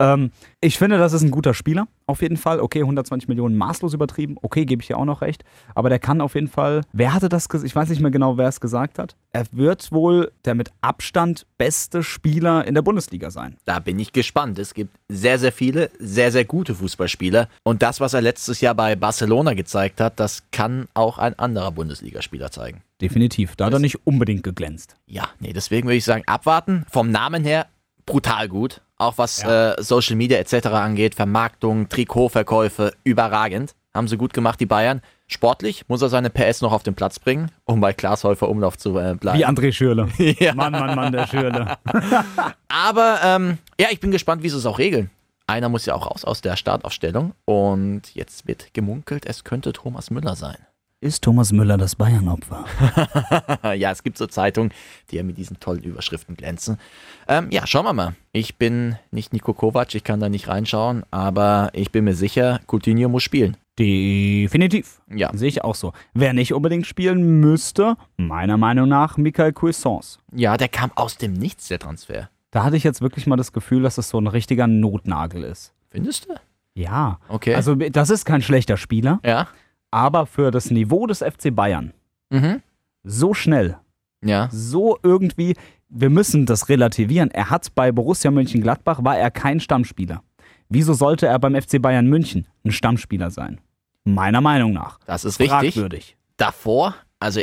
S1: ähm, ich finde, das ist ein guter Spieler, auf jeden Fall. Okay, 120 Millionen maßlos übertrieben. Okay, gebe ich dir auch noch recht. Aber der kann auf jeden Fall, wer hatte das gesagt? Ich weiß nicht mehr genau, wer es gesagt hat. Er wird wohl der mit Abstand beste Spieler in der Bundesliga sein.
S2: Da bin ich gespannt. Es gibt sehr, sehr viele, sehr, sehr gute Fußballspieler. Und das, was er letztes Jahr bei Barcelona gezeigt hat, das kann auch ein anderer Bundesligaspieler zeigen.
S1: Definitiv. Da hat er nicht unbedingt geglänzt.
S2: Ja, nee, deswegen würde ich sagen, abwarten. Vom Namen her brutal gut. Auch was äh, Social Media etc. angeht, Vermarktung, Trikotverkäufe, überragend. Haben sie gut gemacht, die Bayern. Sportlich muss er seine PS noch auf den Platz bringen, um bei Klaas Häufer Umlauf zu äh, bleiben.
S1: Wie André Schürle.
S2: Ja.
S1: Mann, Mann, Mann, der Schürle.
S2: Aber ähm, ja, ich bin gespannt, wie sie es auch regeln. Einer muss ja auch raus aus der Startaufstellung. Und jetzt wird gemunkelt, es könnte Thomas Müller sein.
S1: Ist Thomas Müller das Bayern-Opfer?
S2: Äh, ja, es gibt so Zeitungen, die ja mit diesen tollen Überschriften glänzen. Ähm, ja, schauen wir mal. Ich bin nicht Niko Kovac, ich kann da nicht reinschauen, aber ich bin mir sicher, Coutinho muss spielen.
S1: Definitiv.
S2: Ja,
S1: Sehe ich auch so. Wer nicht unbedingt spielen müsste, meiner Meinung nach Michael Cuisance.
S2: ja, der kam aus dem Nichts, der Transfer.
S1: Da hatte ich jetzt wirklich mal das Gefühl, dass es so ein richtiger Notnagel ist.
S2: Findest du?
S1: Ja.
S2: Okay.
S1: Also das ist kein schlechter Spieler,
S2: ja.
S1: aber für das Niveau des FC Bayern
S2: Mhm.
S1: so schnell,
S2: Ja.
S1: so irgendwie, wir müssen das relativieren. Er hat bei Borussia Mönchengladbach war er kein Stammspieler. Wieso sollte er beim FC Bayern München ein Stammspieler sein? Meiner Meinung nach.
S2: Das ist richtig.
S1: Fragwürdig.
S2: Davor, also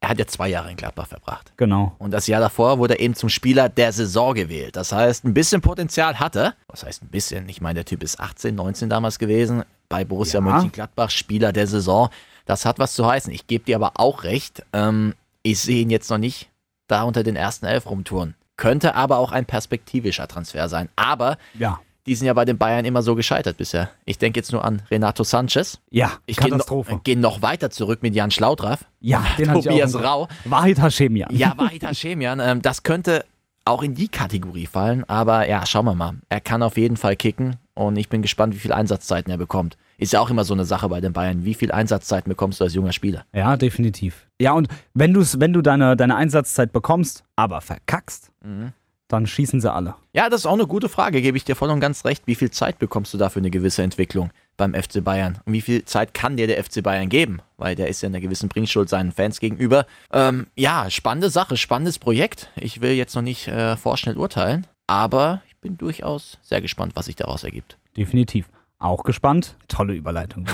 S2: er hat ja zwei Jahre in Gladbach verbracht.
S1: Genau.
S2: Und das Jahr davor wurde er eben zum Spieler der Saison gewählt. Das heißt, ein bisschen Potenzial hat er. Was heißt ein bisschen? Ich meine, der Typ ist 18, 19 damals gewesen. Bei Borussia
S1: Ja.
S2: Mönchengladbach Spieler der Saison. Das hat was zu heißen. Ich gebe dir aber auch recht. Ähm, ich sehe ihn jetzt noch nicht da unter den ersten Elf rumtouren. Könnte aber auch ein perspektivischer Transfer sein. Aber
S1: Ja.
S2: die sind ja bei den Bayern immer so gescheitert bisher. Ich denke jetzt nur an Renato Sanchez.
S1: Ja,
S2: Ich gehe noch,
S1: Katastrophe.
S2: geh noch weiter zurück mit Jan Schlaudraff.
S1: Ja, den hatte ich auch
S2: Tobias
S1: im Kopf.
S2: Rau.
S1: Wahid Hashemian.
S2: Ja, Wahid Hashemian, ähm, das könnte auch in die Kategorie fallen, aber ja, schauen wir mal. Er kann auf jeden Fall kicken und ich bin gespannt, wie viel Einsatzzeiten er bekommt. Ist ja auch immer so eine Sache bei den Bayern. Wie viel Einsatzzeiten bekommst du als junger Spieler?
S1: Ja, definitiv. Ja, und wenn, du's, wenn du deine, deine Einsatzzeit bekommst, aber verkackst,
S2: Mhm.
S1: dann schießen sie alle.
S2: Ja, das ist auch eine gute Frage, gebe ich dir voll und ganz recht. Wie viel Zeit bekommst du da für eine gewisse Entwicklung beim FC Bayern? Und wie viel Zeit kann dir der FC Bayern geben? Weil der ist ja in einer gewissen Bringschuld seinen Fans gegenüber. Ähm, ja, spannende Sache, spannendes Projekt. Ich will jetzt noch nicht äh, vorschnell urteilen, aber ich bin durchaus sehr gespannt, was sich daraus ergibt.
S1: Definitiv. Auch gespannt. Tolle Überleitung.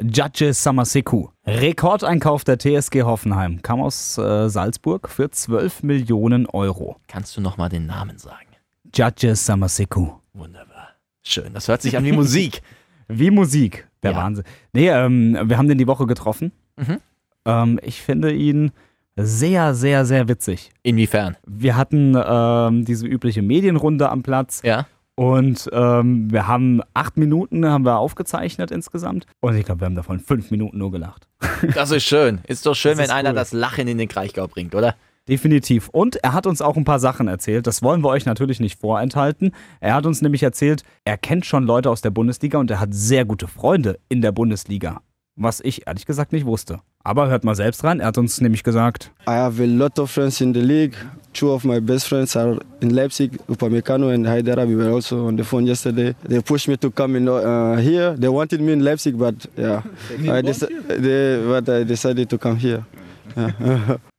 S1: Judges Samaseku. Rekordeinkauf der TSG Hoffenheim. Kam aus äh, Salzburg für 12 Millionen Euro.
S2: Kannst du nochmal den Namen sagen?
S1: Judges Samaseku.
S2: Wunderbar. Schön. Das hört sich an wie Musik.
S1: Wie Musik. Der
S2: Ja.
S1: Wahnsinn. Nee, ähm, wir haben den die Woche getroffen.
S2: Mhm.
S1: Ähm, ich finde ihn sehr, sehr, sehr witzig.
S2: Inwiefern?
S1: Wir hatten ähm, diese übliche Medienrunde am Platz
S2: Ja.
S1: und ähm, wir haben acht Minuten haben wir aufgezeichnet insgesamt und ich glaube, wir haben davon fünf Minuten nur gelacht.
S2: Das ist schön. Ist doch schön,
S1: Das ist
S2: wenn einer
S1: cool.
S2: das Lachen in den Kraichgau bringt, oder?
S1: Definitiv. Und er hat uns auch ein paar Sachen erzählt. Das wollen wir euch natürlich nicht vorenthalten. Er hat uns nämlich erzählt, er kennt schon Leute aus der Bundesliga und er hat sehr gute Freunde in der Bundesliga. Was ich ehrlich gesagt nicht wusste. Aber hört mal selbst rein. Er hat uns nämlich gesagt,
S8: I have a lot of friends in the league. Two of my best friends are in Leipzig, Upamecano and Haidara. We were also on the phone yesterday. They pushed me to come in uh, here. They wanted me in Leipzig, but yeah, I deci- they, but I decided to come here.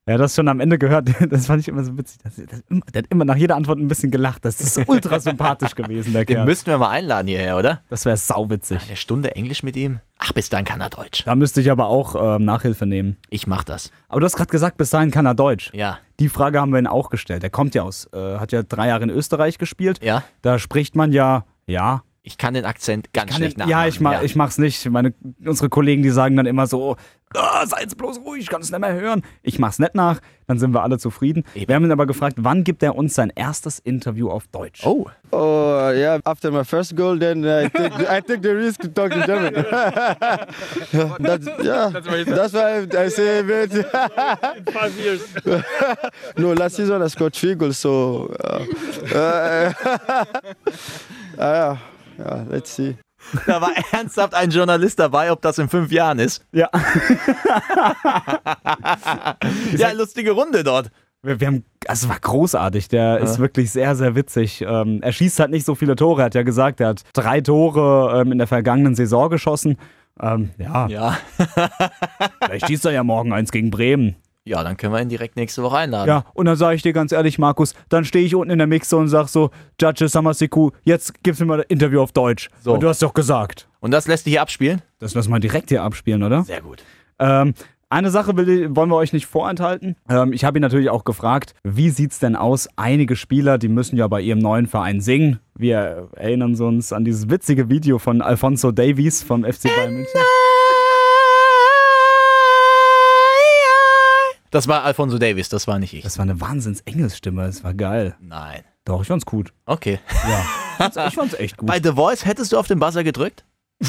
S1: er hat das schon am Ende gehört. Das fand ich immer so witzig. Das, das, der hat immer nach jeder Antwort ein bisschen gelacht. Das ist ultra sympathisch gewesen, der
S2: Den
S1: Kerl.
S2: müssten wir mal einladen hierher, oder?
S1: Das wäre sauwitzig.
S2: Eine Stunde Englisch mit ihm? Ach, bis dann kann er Deutsch.
S1: Da müsste ich aber auch ähm, Nachhilfe nehmen.
S2: Ich mach das.
S1: Aber du hast gerade gesagt, bis dahin kann er Deutsch.
S2: Ja.
S1: Die Frage haben wir ihn auch gestellt. Er kommt ja aus, äh, hat ja drei Jahre in Österreich gespielt.
S2: Ja.
S1: Da spricht man ja, ja.
S2: Ich kann den Akzent ganz
S1: Kann ich,
S2: schlecht nachmachen.
S1: ja, ich, ma, ich mach's nicht. Meine, unsere Kollegen, die sagen dann immer so, ah, sei jetzt bloß ruhig, ich kann es nicht mehr hören. Ich mach's nicht nach, dann sind wir alle zufrieden.
S2: Eben.
S1: Wir haben ihn aber gefragt, wann gibt er uns sein erstes Interview auf Deutsch?
S2: Oh,
S8: Oh yeah, after my first goal, then I take the, I take the risk to talk in German. that's, yeah, that's why I say it.
S5: Five years.
S8: No, last season I scored three goals, so uh, uh, Ah, yeah, yeah, let's see.
S2: da war ernsthaft ein Journalist dabei, ob das in fünf Jahren ist.
S1: Ja,
S2: Ja, lustige Runde dort.
S1: wir, wir haben, also es war großartig. Der ist wirklich sehr, sehr witzig. Ähm, er schießt halt nicht so viele Tore, er hat ja gesagt, er hat drei Tore ähm, in der vergangenen Saison geschossen. Ähm, ja,
S2: Ja.
S1: Vielleicht schießt er ja morgen eins gegen Bremen.
S2: Ja, dann können wir ihn direkt nächste Woche einladen.
S1: Ja, und dann sage ich dir ganz ehrlich, Markus, dann stehe ich unten in der Mixe und sag so, Judge Samasiku, jetzt gib's mir mal ein Interview auf Deutsch.
S2: So.
S1: Und du hast doch gesagt.
S2: Und das lässt du hier abspielen?
S1: Das lass mal direkt hier abspielen, oder?
S2: Sehr gut.
S1: Ähm, eine Sache will, wollen wir euch nicht vorenthalten. Ähm, ich habe ihn natürlich auch gefragt, wie sieht's denn aus? Einige Spieler, die müssen ja bei ihrem neuen Verein singen. Wir erinnern uns an dieses witzige Video von Alfonso Davies vom FC Bayern München.
S2: Das war Alfonso Davis, das war nicht ich.
S1: Das war eine wahnsinns Engelsstimme, das war geil.
S2: Nein.
S1: Doch, ich fand's gut. Also,
S2: Okay.
S1: Ich fand's echt gut.
S2: Bei The Voice hättest du auf den Buzzer gedrückt?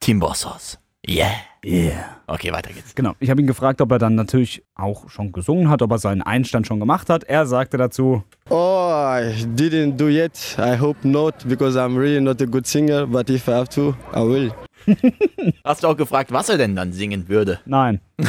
S2: Team Bossos. Yeah.
S1: Yeah.
S2: Okay, weiter geht's.
S1: Genau, ich habe ihn gefragt, ob er dann natürlich auch schon gesungen hat, ob er seinen Einstand schon gemacht hat. Er sagte dazu,
S8: Oh, I didn't do yet. I hope not, because I'm really not a good singer. But if I have to, I will.
S2: Hast du auch gefragt, was er denn dann singen würde?
S1: nein.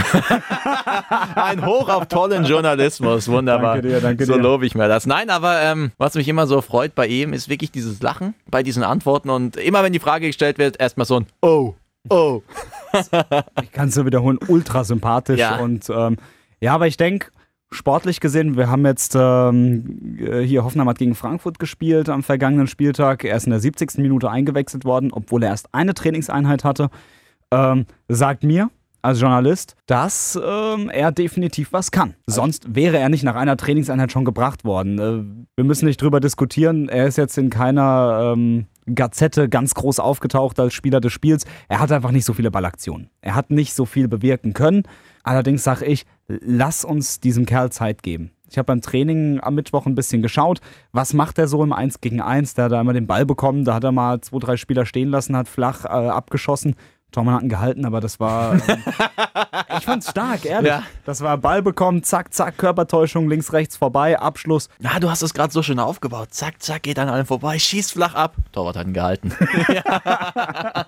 S2: Ein Hoch auf tollen Journalismus. Wunderbar.
S1: Danke dir, danke
S2: so
S1: dir.
S2: lobe ich mir das. Nein, aber ähm, was mich immer so freut bei ihm, ist wirklich dieses Lachen bei diesen Antworten. Und immer wenn die Frage gestellt wird, erstmal so ein Oh, oh.
S1: Ich kann es nur wiederholen, ultra sympathisch.
S2: Ja.
S1: Und ähm, ja, aber ich denke, sportlich gesehen, wir haben jetzt ähm, äh, hier Hoffenheim hat gegen Frankfurt gespielt am vergangenen Spieltag. Er ist in der 70. Minute eingewechselt worden, obwohl er erst eine Trainingseinheit hatte. Ähm, sagt mir, als Journalist, dass ähm, er definitiv was kann. Sonst wäre er nicht nach einer Trainingseinheit schon gebracht worden. Äh, wir müssen nicht drüber diskutieren. Er ist jetzt in keiner ähm, Gazette ganz groß aufgetaucht als Spieler des Spiels. Er hat einfach nicht so viele Ballaktionen. Er hat nicht so viel bewirken können. Allerdings sage ich, lass uns diesem Kerl Zeit geben. Ich habe beim Training am Mittwoch ein bisschen geschaut, was macht er so im 1 gegen 1? Da hat er immer den Ball bekommen, da hat er mal zwei, drei Spieler stehen lassen, hat flach äh, abgeschossen. Tormann hat ihn gehalten, aber das war. Ähm, ich fand's stark, ehrlich.
S2: Ja.
S1: Das war Ball bekommen, zack, zack, Körpertäuschung, links, rechts, vorbei, Abschluss.
S2: Na, du hast es gerade so schön aufgebaut. Zack, zack, geht an allen vorbei, schießt flach ab. Torwart hat ihn gehalten. Ja.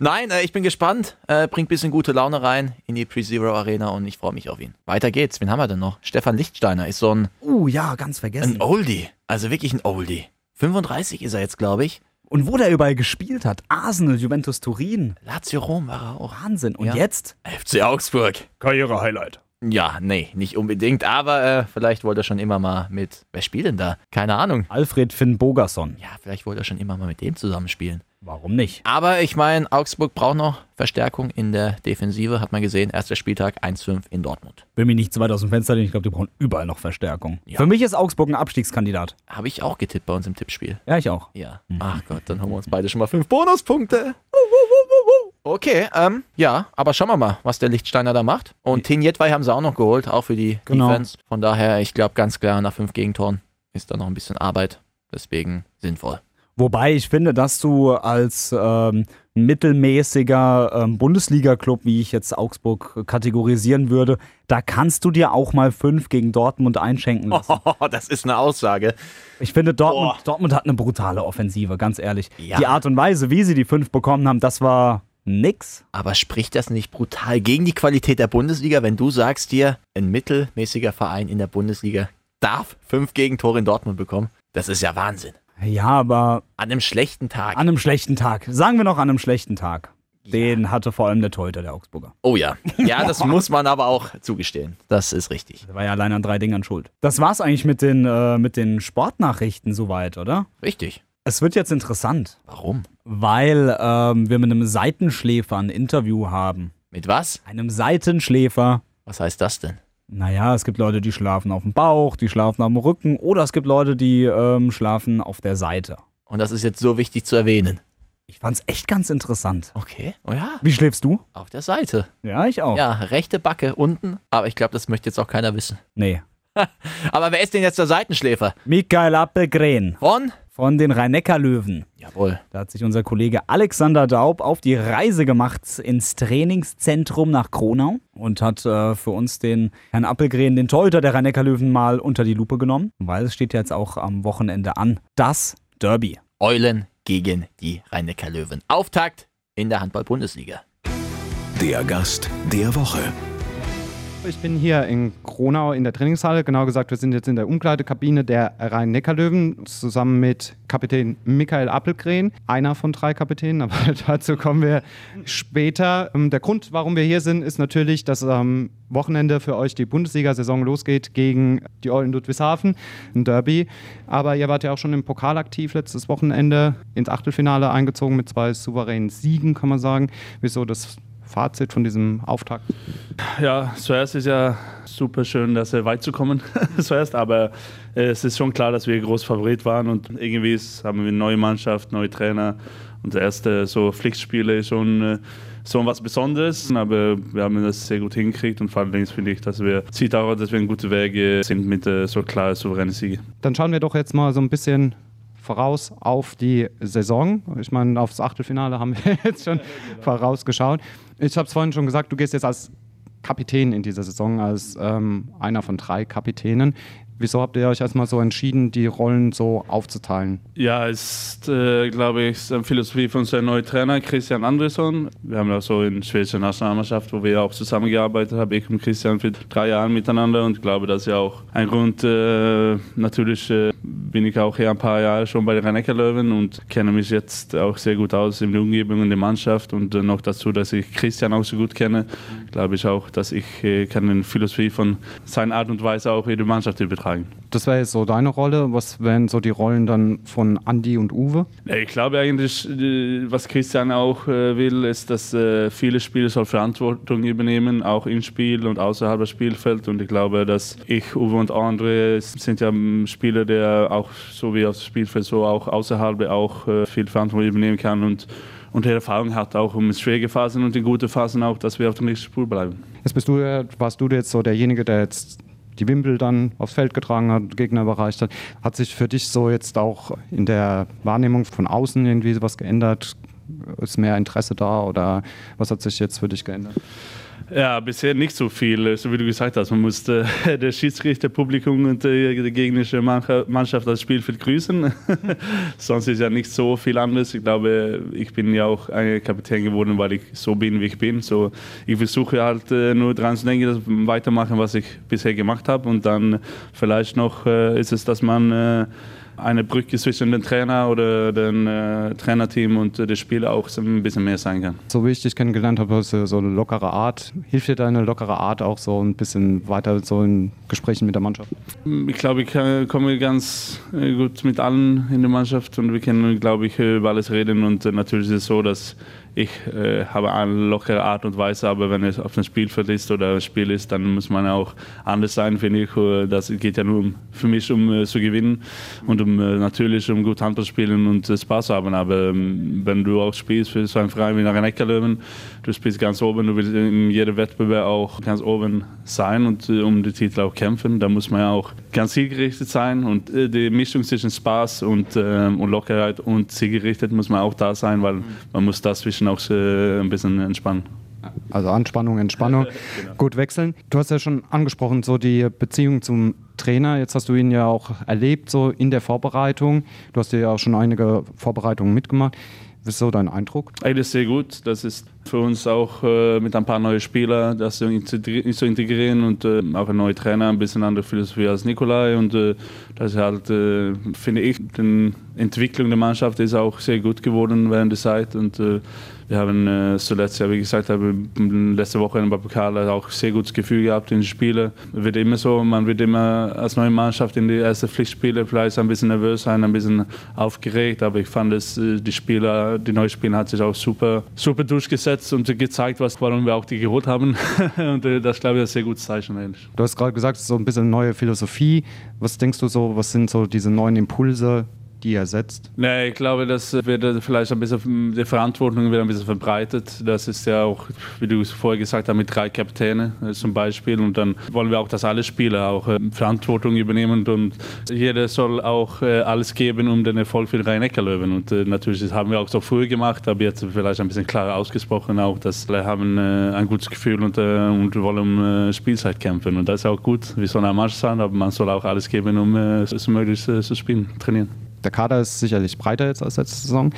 S2: Nein, äh, ich bin gespannt. Äh, bringt ein bisschen gute Laune rein in die Pre-Zero Arena und ich freue mich auf ihn. Weiter geht's. Wen haben wir denn noch? Stefan Lichtsteiner ist so ein,
S1: Uh, ja, ganz vergessen.
S2: ein Oldie. Also wirklich ein Oldie. 35 ist er jetzt, glaube ich.
S1: Und wo der überall gespielt hat, Arsenal, Juventus Turin.
S2: Lazio Rom war er auch.
S1: Wahnsinn. Und
S2: Ja.
S1: jetzt?
S2: FC Augsburg.
S1: Karriere-Highlight.
S2: Ja, nee, nicht unbedingt. Aber äh, vielleicht wollte er schon immer mal mit. Wer spielt denn da? Keine Ahnung.
S1: Alfred Finn Bogason.
S2: Ja, vielleicht wollte er schon immer mal mit dem zusammenspielen.
S1: Warum nicht?
S2: Aber ich meine, Augsburg braucht noch Verstärkung in der Defensive, hat man gesehen. Erster Spieltag 1-5 in Dortmund.
S1: Will mich nicht zu weit aus dem Fenster lehnen. Ich glaube, die brauchen überall noch Verstärkung.
S2: Ja.
S1: Für mich ist Augsburg ein Abstiegskandidat.
S2: Habe ich auch getippt bei uns im Tippspiel.
S1: Ja, ich auch.
S2: Ja. Ach Gott, dann haben wir uns beide schon mal fünf Bonuspunkte. Okay, ähm, ja, aber schauen wir mal, was der Lichtsteiner da macht. Und Tin Jedwai haben sie auch noch geholt, auch für die
S1: Genau.
S2: Defense. Von daher, ich glaube ganz klar, nach fünf Gegentoren ist da noch ein bisschen Arbeit. Deswegen sinnvoll.
S1: Wobei ich finde, dass du als ähm, mittelmäßiger ähm, Bundesliga-Club, wie ich jetzt Augsburg kategorisieren würde, da kannst du dir auch mal fünf gegen Dortmund einschenken lassen.
S2: Oh, das ist eine Aussage.
S1: Ich finde, Dortmund, Dortmund hat eine brutale Offensive, ganz ehrlich.
S2: Ja.
S1: Die Art und Weise, wie sie die fünf bekommen haben, das war nix.
S2: Aber spricht das nicht brutal gegen die Qualität der Bundesliga, wenn du sagst dir, ein mittelmäßiger Verein in der Bundesliga darf fünf Gegentore in Dortmund bekommen? Das ist ja Wahnsinn.
S1: Ja, aber
S2: An einem schlechten Tag.
S1: an einem schlechten Tag. Sagen wir noch an einem schlechten Tag. Den hatte vor allem der Torhüter, der Augsburger.
S2: oh ja. Ja, das muss man aber auch zugestehen. Das ist richtig.
S1: Der war ja allein an drei Dingern schuld. Das war's eigentlich mit den, äh, mit den Sportnachrichten soweit, oder?
S2: Richtig.
S1: Es wird jetzt interessant.
S2: Warum?
S1: weil ähm, wir mit einem Seitenschläfer ein Interview haben.
S2: Mit was?
S1: Einem Seitenschläfer.
S2: Was heißt das denn?
S1: Naja, es gibt Leute, die schlafen auf dem Bauch, die schlafen auf dem Rücken oder es gibt Leute, die ähm, schlafen auf der Seite.
S2: Und das ist jetzt so wichtig zu erwähnen.
S1: Ich fand's echt ganz interessant.
S2: Okay. Oh ja,
S1: Wie schläfst du?
S2: auf der Seite.
S1: Ja, ich auch.
S2: Ja, rechte Backe unten. Aber ich glaube, das möchte jetzt auch keiner wissen.
S1: Nee.
S2: Aber wer ist denn jetzt der Seitenschläfer?
S1: Michael Appelgren
S2: Von?
S1: von den Rhein-Neckar-Löwen.
S2: Jawohl.
S1: Da hat sich unser Kollege Alexander Daub auf die Reise gemacht ins Trainingszentrum nach Kronau und hat äh, für uns den Herrn Appelgren, den Torhüter der rhein löwen mal unter die Lupe genommen, weil es steht ja jetzt auch am Wochenende an. Das Derby.
S2: Eulen gegen die Rhein-Neckar-Löwen. Auftakt in der Handball-Bundesliga.
S3: Der Gast der Woche.
S9: Ich bin hier in Kronau in der Trainingshalle. Genau gesagt, wir sind jetzt in der Umkleidekabine der Rhein-Neckar-Löwen zusammen mit Kapitän Michael Appelgren, einer von drei Kapitänen, aber dazu kommen wir später. Ähm, Der Grund, warum wir hier sind, ist natürlich, dass am Wochenende für euch die Bundesliga-Saison losgeht gegen die Eulen Ludwigshafen, ein Derby. Aber ihr wart ja auch schon im Pokal aktiv letztes Wochenende, ins Achtelfinale eingezogen mit zwei souveränen Siegen, kann man sagen. Wieso das Fazit von diesem Auftakt?
S5: Ja, zuerst ist ja super schön, dass wir weit zu kommen. zuerst, aber äh, es ist schon klar, dass wir groß Favorit waren und irgendwie ist, haben wir eine neue Mannschaft, neue Trainer. Unser erste so Pflichtspiele ist schon äh, so was Besonderes, aber wir haben das sehr gut hingekriegt und vor allem finde ich, dass wir sieht auch, dass wir in gute Wege sind mit äh, so klar souveränen Siegen.
S9: Dann schauen wir doch jetzt mal so ein bisschen voraus auf die Saison. Ich meine, aufs Achtelfinale haben wir jetzt schon vorausgeschaut. Ich habe es vorhin schon gesagt, du gehst jetzt als Kapitän in dieser Saison, als ähm, einer von drei Kapitänen. Wieso habt ihr euch erstmal so entschieden, die Rollen so aufzuteilen?
S5: Ja, ist, äh, glaube ich, ist eine Philosophie von unserem neuen Trainer Christian Andersson. Wir haben auch so in der schwedischen Nationalmannschaft, wo wir auch zusammengearbeitet haben, ich und Christian für drei Jahre miteinander und ich glaube, das ist ja auch ein Grund. Äh, natürlich äh, bin ich auch hier ein paar Jahre schon bei den rhein löwen und kenne mich jetzt auch sehr gut aus in der Umgebung, in der Mannschaft und äh, noch dazu, dass ich Christian auch so gut kenne, glaube ich auch, dass ich äh, kann die Philosophie von seiner Art und Weise auch in die Mannschaft übertragen.
S9: Das wäre jetzt so deine Rolle. Was wären so die Rollen dann von Andy und Uwe?
S5: Ja, Ich glaube eigentlich, äh, was Christian auch äh, will, ist, dass äh, viele Spieler soll Verantwortung übernehmen, auch im Spiel und außerhalb des Spielfelds. Und ich glaube, dass ich, Uwe und André sind ja ähm, Spieler, der auch so wie auf dem Spielfeld, so auch außerhalb auch äh, viel Verantwortung übernehmen kann und, und die Erfahrung hat auch um schwierige Phasen und in gute Phasen auch, dass wir auf dem richtigen Spur bleiben.
S9: Jetzt bist du, ja- warst du jetzt so derjenige, der jetzt die Wimpel dann aufs Feld getragen hat, Gegner überreicht hat. Hat sich für dich so jetzt auch in der Wahrnehmung von außen irgendwie was geändert? Ist mehr Interesse da oder was hat sich jetzt für dich geändert?
S5: Ja, bisher nicht so viel, so wie du gesagt hast. Man musste der Schiedsrichter, Publikum und äh, die gegnerische Mancha- Mannschaft das Spielfeld grüßen. Sonst ist ja nicht so viel anders. Ich glaube, ich bin ja auch ein Kapitän geworden, weil ich so bin, wie ich bin. So, ich versuche halt äh, nur dran zu denken, dass weitermachen, was ich bisher gemacht habe. Und dann vielleicht noch äh, ist es, dass man äh, eine Brücke zwischen dem Trainer oder dem äh, Trainerteam und äh, dem Spieler auch so ein bisschen mehr sein kann.
S9: So wie ich dich kennengelernt habe, hast du so eine lockere Art. Hilft dir deine lockere Art auch so ein bisschen weiter so in Gesprächen mit der Mannschaft?
S5: Ich glaube, ich äh, komme ganz äh, gut mit allen in der Mannschaft und wir können, glaube ich, äh, über alles reden. Und äh, natürlich ist es so, dass ich äh, habe eine lockere Art und Weise, aber wenn es auf dem Spielfeld ist oder ein Spiel ist, dann muss man auch anders sein, finde ich. Äh, Das geht ja nur um, für mich um äh, zu gewinnen und um äh, natürlich um gut Handball spielen und äh, Spaß haben. Aber ähm, wenn du auch spielst für so einen Verein wie Rhein-Neckar-Löwen, du spielst ganz oben, du willst in jedem Wettbewerb auch ganz oben sein und äh, um die Titel auch kämpfen. Da muss man ja auch ganz zielgerichtet sein und äh, die Mischung zwischen Spaß und, ähm, und Lockerheit und zielgerichtet muss man auch da sein, weil man muss das zwischen auch äh, ein bisschen entspannen.
S9: Also Anspannung, Entspannung. Gut wechseln. Du hast ja schon angesprochen, so die Beziehung zum Trainer. Jetzt hast du ihn ja auch erlebt, so in der Vorbereitung. Du hast ja auch schon einige Vorbereitungen mitgemacht. Was ist so dein Eindruck?
S5: Eigentlich sehr gut. Das ist für uns auch äh, mit ein paar neuen Spielern das zu integri- zu integrieren und äh, auch ein neuer Trainer, ein bisschen andere Philosophie als Nikolai. Und äh, das ist halt, äh, finde ich, die Entwicklung der Mannschaft ist auch sehr gut geworden während der Zeit. Und äh, wir haben äh, zuletzt, ja, wie gesagt, haben wir letzte Woche in Babakala auch sehr gutes Gefühl gehabt in den Spielen. Wird immer so, man wird immer als neue Mannschaft in die ersten Pflichtspiele vielleicht ein bisschen nervös sein, ein bisschen aufgeregt. Aber ich fand, dass äh, die Spieler, die neuen Spieler, hat sich auch super, super durchgesetzt und gezeigt, was, warum wir auch die geholt haben. und äh, das, glaube ich, ist ein sehr gutes Zeichen, eigentlich.
S9: Du hast gerade gesagt, es ist so ein bisschen neue Philosophie. Was denkst du so, was sind so diese neuen Impulse, die er setzt?
S5: Nee, ich glaube, das wird äh, vielleicht ein bisschen, die Verantwortung wird ein bisschen verbreitet. Das ist ja auch, wie du es vorher gesagt hast, mit drei Kapitäne äh, zum Beispiel. Und dann wollen wir auch, dass alle Spieler auch äh, Verantwortung übernehmen und jeder soll auch äh, alles geben, um den Erfolg für die Rhein-Neckar-Löwen. Und äh, natürlich das haben wir auch so früher gemacht, aber jetzt vielleicht ein bisschen klarer ausgesprochen auch, dass wir haben äh, ein gutes Gefühl und, äh, und wollen um äh, Spielzeit kämpfen. Und das ist auch gut. Wir sollen am Marsch sein, aber man soll auch alles geben, um äh, so möglichst äh, zu spielen, trainieren.
S9: Der Kader ist sicherlich breiter jetzt als letzte Saison.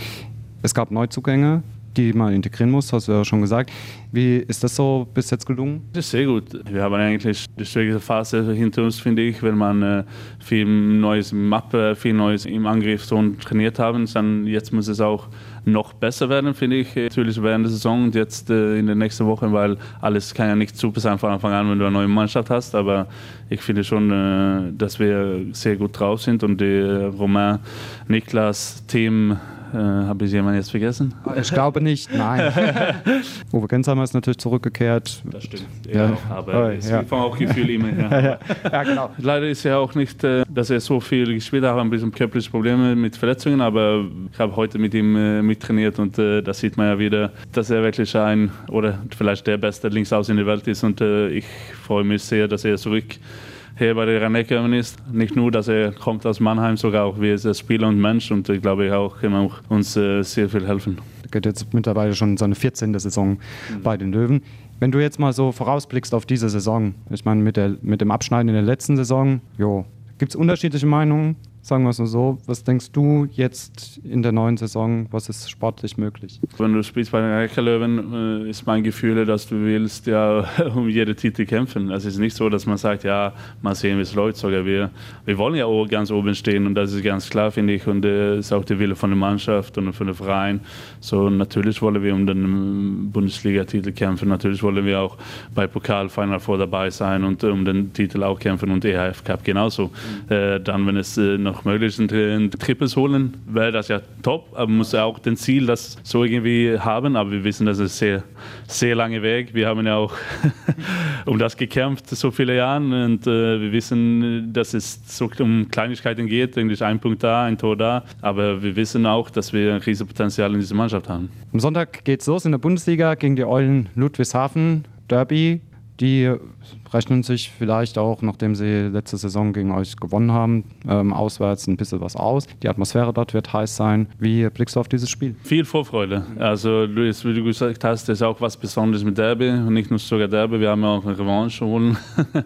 S9: Es gab Neuzugänge, die man integrieren muss, hast du ja schon gesagt. Wie ist das so bis jetzt gelungen?
S5: Das ist sehr gut. Wir haben eigentlich die schwierigste Phase hinter uns, finde ich, wenn man äh, viel neues Mappe, viel neues im Angriff so trainiert haben. Dann jetzt muss es auch noch besser werden, finde ich, äh, natürlich während der Saison und jetzt äh, in den nächsten Wochen, weil alles kann ja nicht super sein von Anfang an, wenn du eine neue Mannschaft hast. Aber ich finde schon, äh, dass wir sehr gut drauf sind und die äh, Romain, Niklas, Team, äh, habe ich jemanden jetzt vergessen?
S9: Ich glaube nicht, nein. Uwe Gensheimer ist natürlich zurückgekehrt.
S5: Das stimmt.
S9: Ja.
S5: Ja, aber es
S9: Ja.
S5: ja. auch Gefühl immer her.
S9: Ja, genau.
S5: Leider ist ja auch nicht, äh, dass er so viel gespielt hat, ein bisschen körperliche Probleme mit Verletzungen, aber ich habe heute mit ihm äh, mittrainiert und äh, da sieht man ja wieder, dass er wirklich ein oder vielleicht der beste Linksaußen in der Welt ist und äh, ich freue mich sehr, dass er zurück hier bei der Rhein-Neckar ist. Nicht nur, dass er kommt aus Mannheim, sogar auch wie er ist als Spieler und Mensch und ich glaube, er auch kann auch uns äh, sehr viel helfen.
S9: Geht jetzt mittlerweile schon in seine 14. Saison bei den Löwen. Wenn du jetzt mal so vorausblickst auf diese Saison, ich meine, mit, der, mit dem Abschneiden in der letzten Saison, jo, gibt es unterschiedliche Meinungen? Sagen wir es nur so. Was denkst du jetzt in der neuen Saison, was ist sportlich möglich?
S5: Wenn du spielst bei den Eckerlöwen, äh, ist mein Gefühl, dass du willst ja um jeden Titel kämpfen. Es ist nicht so, dass man sagt, ja, mal sehen, wie es läuft. Sogar wir, wir wollen ja o- ganz oben stehen und das ist ganz klar, finde ich. Und äh, ist auch der Wille von der Mannschaft und von dem Verein. So natürlich wollen wir um den ähm, Bundesliga-Titel kämpfen. Natürlich wollen wir auch bei Pokal Final Four dabei sein und äh, um den Titel auch kämpfen und EHF Cup genauso. Äh, dann, wenn es äh, noch möglich ist, ein Triples holen, wäre das ja top. Aber man muss ja auch den Ziel, das so irgendwie haben. Aber wir wissen, das ist sehr, sehr lange Weg. Wir haben ja auch um das gekämpft so viele Jahre und äh, wir wissen, dass es so um Kleinigkeiten geht. Eigentlich ein Punkt da, ein Tor da. Aber wir wissen auch, dass wir ein riesiges Potenzial in dieser Mannschaft haben.
S9: Am Sonntag geht's los in der Bundesliga gegen die Eulen Ludwigshafen Derby. Die rechnen sich vielleicht auch, nachdem sie letzte Saison gegen euch gewonnen haben, ähm, auswärts ein bisschen was aus. Die Atmosphäre dort wird heiß sein. Wie blickst du auf dieses Spiel?
S5: Viel Vorfreude. Also, Luis, wie du gesagt hast, das ist auch was Besonderes mit Derby und nicht nur sogar Derby. Wir haben ja auch eine Revanche holen.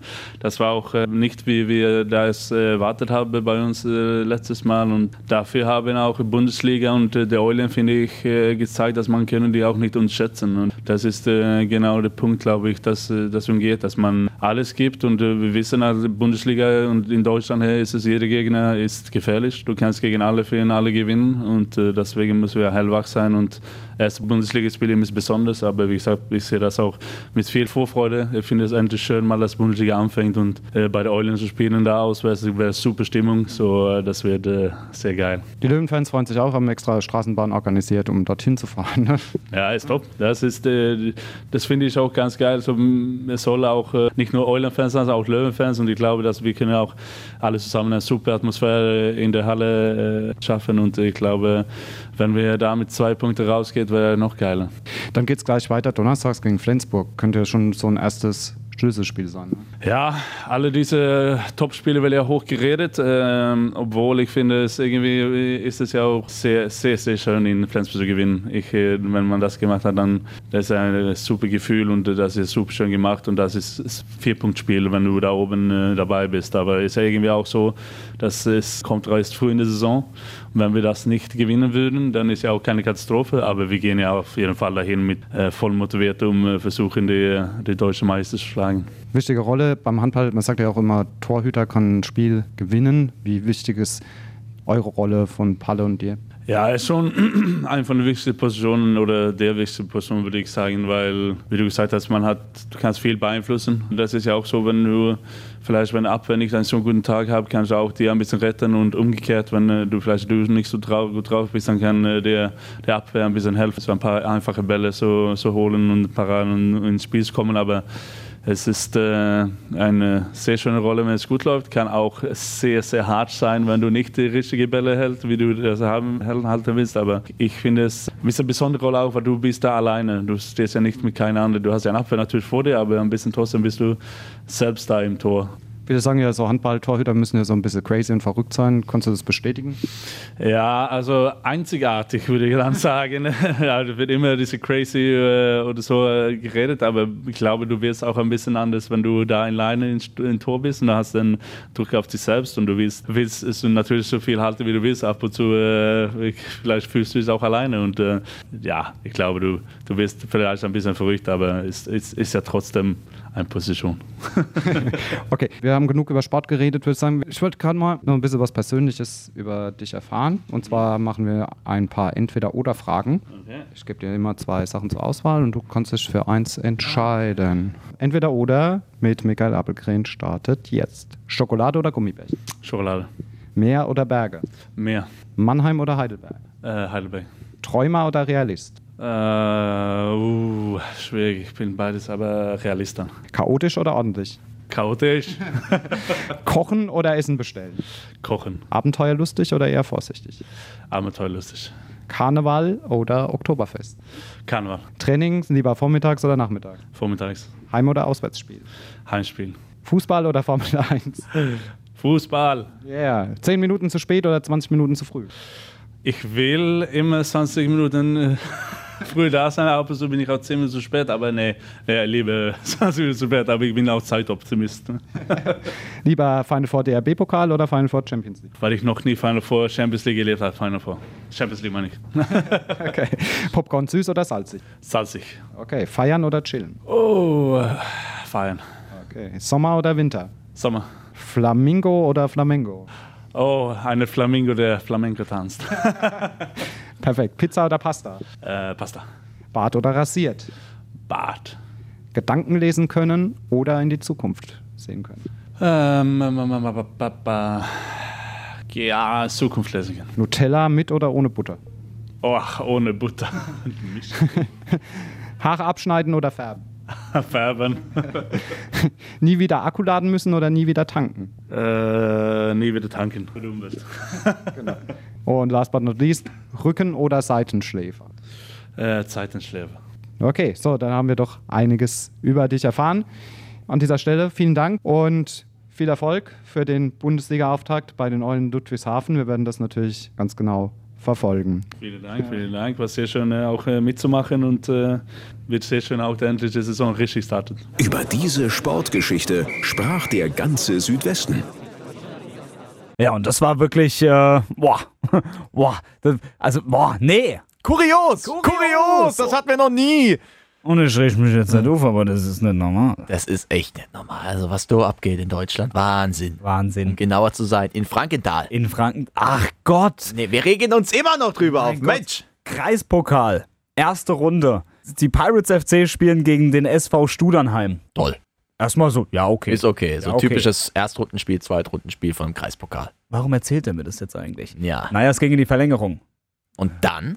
S5: Das war auch äh, nicht, wie wir das äh, erwartet haben bei uns äh, letztes Mal. Und dafür haben auch die Bundesliga und äh, der Eulen, finde ich, äh, gezeigt, dass man können die auch nicht unterschätzen. Und das ist äh, genau der Punkt, glaube ich, dass äh, das umgeht, dass man alles gibt. Und äh, wir wissen, also Bundesliga und in Deutschland her ist es, jeder Gegner ist gefährlich. Du kannst gegen alle fehlen, alle gewinnen. Und äh, deswegen müssen wir hellwach sein. Und erste Bundesligaspiel ist besonders. Aber wie gesagt, ich sehe das auch mit viel Vorfreude. Ich finde es endlich schön, mal dass Bundesliga anfängt. Und äh, bei den Eulen zu spielen da auswärts wäre super Stimmung. So, äh, das wird äh, sehr geil.
S9: Die Löwenfans freuen sich auch, haben extra Straßenbahn organisiert, um dorthin zu fahren. ne?
S5: Ja, ist top. Das ist, äh, das finde ich auch ganz geil. Also, mm, es soll auch äh, nicht nur Eulen-Fans sein, sondern auch Löwen-Fans. Und ich glaube, dass wir können auch alle zusammen eine super Atmosphäre in der Halle äh, schaffen. Und ich glaube, wenn wir da mit zwei Punkten rausgeht, wäre noch geiler.
S9: Dann geht's gleich weiter, donnerstags gegen Flensburg. Könnte ja schon so ein erstes Schlüsselspiel sein. Ne?
S5: Ja, alle diese Topspiele werden ja hoch geredet, ähm, obwohl ich finde, es irgendwie ist es ja auch sehr, sehr, sehr schön in Flensburg zu gewinnen. Ich, äh, wenn man das gemacht hat, dann das ist ein super Gefühl und das ist super schön gemacht und das ist das Vierpunktspiel, wenn du da oben äh, dabei bist. Aber es ist ja irgendwie auch so, dass es kommt erst früh in der Saison. Und wenn wir das nicht gewinnen würden, dann ist ja auch keine Katastrophe. Aber wir gehen ja auf jeden Fall dahin mit äh, voll motiviert, um äh, versuchen, die, die deutsche Meister zu schlagen.
S9: Wichtige Rolle beim Handball, man sagt ja auch immer, Torhüter kann ein Spiel gewinnen. Wie wichtig ist eure Rolle von Palle und dir?
S5: Ja, er ist schon eine von den wichtigsten Positionen oder der wichtigsten Position, würde ich sagen, weil, wie du gesagt hast, man hat, du kannst viel beeinflussen. Und Das ist ja auch so, wenn du vielleicht, wenn Abwehr nicht einen so guten Tag hat, kannst du auch die ein bisschen retten und umgekehrt, wenn äh, du vielleicht du nicht so drau gut drauf bist, dann kann äh, der, der Abwehr ein bisschen helfen, so ein paar einfache Bälle so, so holen und Paraden und ins Spiel kommen, aber es ist äh, eine sehr schöne Rolle, wenn es gut läuft. Kann auch sehr, sehr hart sein, wenn du nicht die richtigen Bälle hältst, wie du das haben, hel- halten willst. Aber ich finde es ist eine besondere Rolle auch, weil du bist da alleine. Du stehst ja nicht mit keiner anderen. Du hast ja einen Abwehr natürlich vor dir, aber ein bisschen trotzdem bist du selbst da im Tor.
S9: Viele sagen ja, so Handball-Torhüter müssen ja so ein bisschen crazy und verrückt sein. Kannst du das bestätigen?
S5: Ja, also einzigartig würde ich dann sagen. ja, da wird immer diese crazy äh, oder so äh, geredet, aber ich glaube, du wirst auch ein bisschen anders, wenn du da in Leine in, in Tor bist und da hast dann Druck auf dich selbst und du willst, willst es natürlich so viel halten, wie du willst. Ab und zu äh, vielleicht fühlst du es auch alleine und äh, ja, ich glaube, du, du wirst vielleicht ein bisschen verrückt, aber es ist, ist, ist ja trotzdem eine Position.
S9: Okay, wir haben genug über Sport geredet, würde ich sagen. Ich wollte gerade mal noch ein bisschen was Persönliches über dich erfahren. Und zwar machen wir ein paar Entweder-Oder-Fragen. Ich gebe dir immer zwei Sachen zur Auswahl und du kannst dich für eins entscheiden. Entweder-Oder mit Michael Appelgren startet jetzt. Schokolade oder Gummibärchen?
S5: Schokolade.
S9: Meer oder Berge?
S5: Mehr.
S9: Mannheim oder Heidelberg?
S5: Äh, Heidelberg.
S9: Träumer oder Realist?
S5: Äh, uh, schwierig, ich bin beides, aber Realist dann.
S9: Chaotisch oder ordentlich?
S5: Chaotisch,
S9: Kochen oder Essen bestellen?
S5: kochen,
S9: Abenteuerlustig oder eher vorsichtig?
S5: abenteuerlustig.
S9: Karneval oder Oktoberfest?
S5: Karneval,
S9: Trainings lieber vormittags oder nachmittags?
S5: vormittags,
S9: Heim- oder Auswärtsspiel?
S5: Heimspiel.
S9: Fußball oder Formel 1?
S5: Fußball.
S9: Yeah. 10 Minuten zu spät oder 20 Minuten zu früh?
S5: Ich will immer 20 Minuten äh, früh da sein, ab und zu bin ich auch 10 Minuten zu spät, aber nee, nee liebe 20 Minuten zu spät, aber ich bin auch Zeitoptimist. Ne?
S9: Lieber Final Four DRB-Pokal oder Final Four Champions League?
S5: Weil ich noch nie Final Four Champions League gelebt habe, Final Four. Champions League meine ich.
S9: Okay. Popcorn süß oder salzig?
S5: Salzig.
S9: Okay. Feiern oder chillen?
S5: Oh, feiern.
S9: Okay. Sommer oder Winter?
S5: Sommer.
S9: Flamingo oder Flamengo?
S5: Oh, eine Flamingo, der Flamenco tanzt.
S9: Perfekt. Pizza oder Pasta?
S5: Äh, Pasta.
S9: Bart oder rasiert?
S5: Bart.
S9: Gedanken lesen können oder in die Zukunft sehen können?
S5: Ähm, ma- ma- ma- ma- ba- ba- ja, Zukunft lesen können.
S9: Nutella mit oder ohne Butter?
S5: Och, ohne Butter. Nicht
S9: Haare abschneiden oder färben?
S5: Färben.
S9: Nie wieder Akku laden müssen oder nie wieder tanken?
S5: Äh, nie wieder tanken. Wenn du dumm bist.
S9: Und last but not least, Rücken- oder Seitenschläfer?
S5: Äh, Zeitenschläfer.
S9: Okay, so, dann haben wir doch einiges über dich erfahren. An dieser Stelle vielen Dank und viel Erfolg für den Bundesliga-Auftakt bei den Eulen Ludwigshafen. Wir werden das natürlich ganz genau verfolgen.
S5: Vielen Dank, vielen Dank. War sehr schön, äh, auch äh, mitzumachen und äh, wird sehr schön, auch der endliche Saison richtig startet.
S3: Über diese Sportgeschichte sprach der ganze Südwesten.
S1: Ja, und das war wirklich, äh, boah, boah, das, also, boah, nee. Kurios, kurios,
S2: das hatten wir noch nie.
S1: Und ich rieche mich jetzt nicht auf, aber das ist nicht normal.
S2: Das ist echt nicht normal. Also, was da abgeht in Deutschland, Wahnsinn. Um
S1: Wahnsinn.
S2: genauer zu sein, in Frankenthal.
S1: In Franken, ach Gott,
S2: Nee, wir regen uns immer noch drüber auf.
S1: Mein Gott.
S2: Mensch.
S1: Kreispokal, erste Runde. Die Pirates FC spielen gegen den SV Studernheim.
S2: Toll.
S1: Erstmal so, ja, okay.
S2: Ist okay. So
S1: Ja, okay.
S2: typisches Erstrundenspiel, Zweitrundenspiel von einem Kreispokal.
S1: Warum erzählt er mir das jetzt eigentlich?
S2: Ja.
S1: Naja, es ging in die Verlängerung.
S2: Und dann?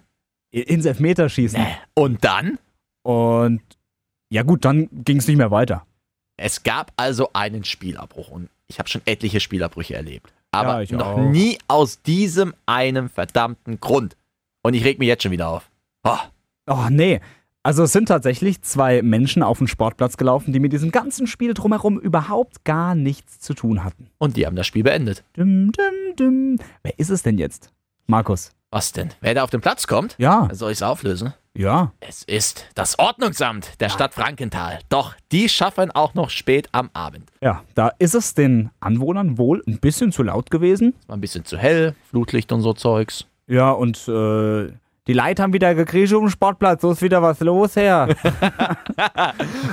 S1: I- Ins Elfmeterschießen.
S2: Und dann?
S1: Und ja gut, dann ging es nicht mehr weiter.
S2: Es gab also einen Spielabbruch. Und ich habe schon etliche Spielabbrüche erlebt.
S1: Ja,
S2: Aber
S1: ich
S2: noch
S1: auch.
S2: nie aus diesem einen verdammten Grund. Und ich reg mich jetzt schon wieder auf. Oh,
S1: Oh nee. Also es sind tatsächlich zwei Menschen auf den Sportplatz gelaufen, die mit diesem ganzen Spiel drumherum überhaupt gar nichts zu tun hatten.
S2: und die haben das Spiel beendet.
S1: Dum, dum, dum. Wer ist es denn jetzt? Markus.
S2: Was denn? Wer da auf den Platz kommt?
S1: Ja,
S2: Soll ich es auflösen?
S1: ja.
S2: Es ist das Ordnungsamt der Stadt Frankenthal. Doch die schaffen auch noch spät am Abend.
S1: Ja, da ist es den Anwohnern wohl ein bisschen zu laut gewesen.
S2: Es war ein bisschen zu hell, Flutlicht und so Zeugs.
S1: Ja, und äh, die Leute haben wieder gekriegt um den Sportplatz. So ist wieder was los her.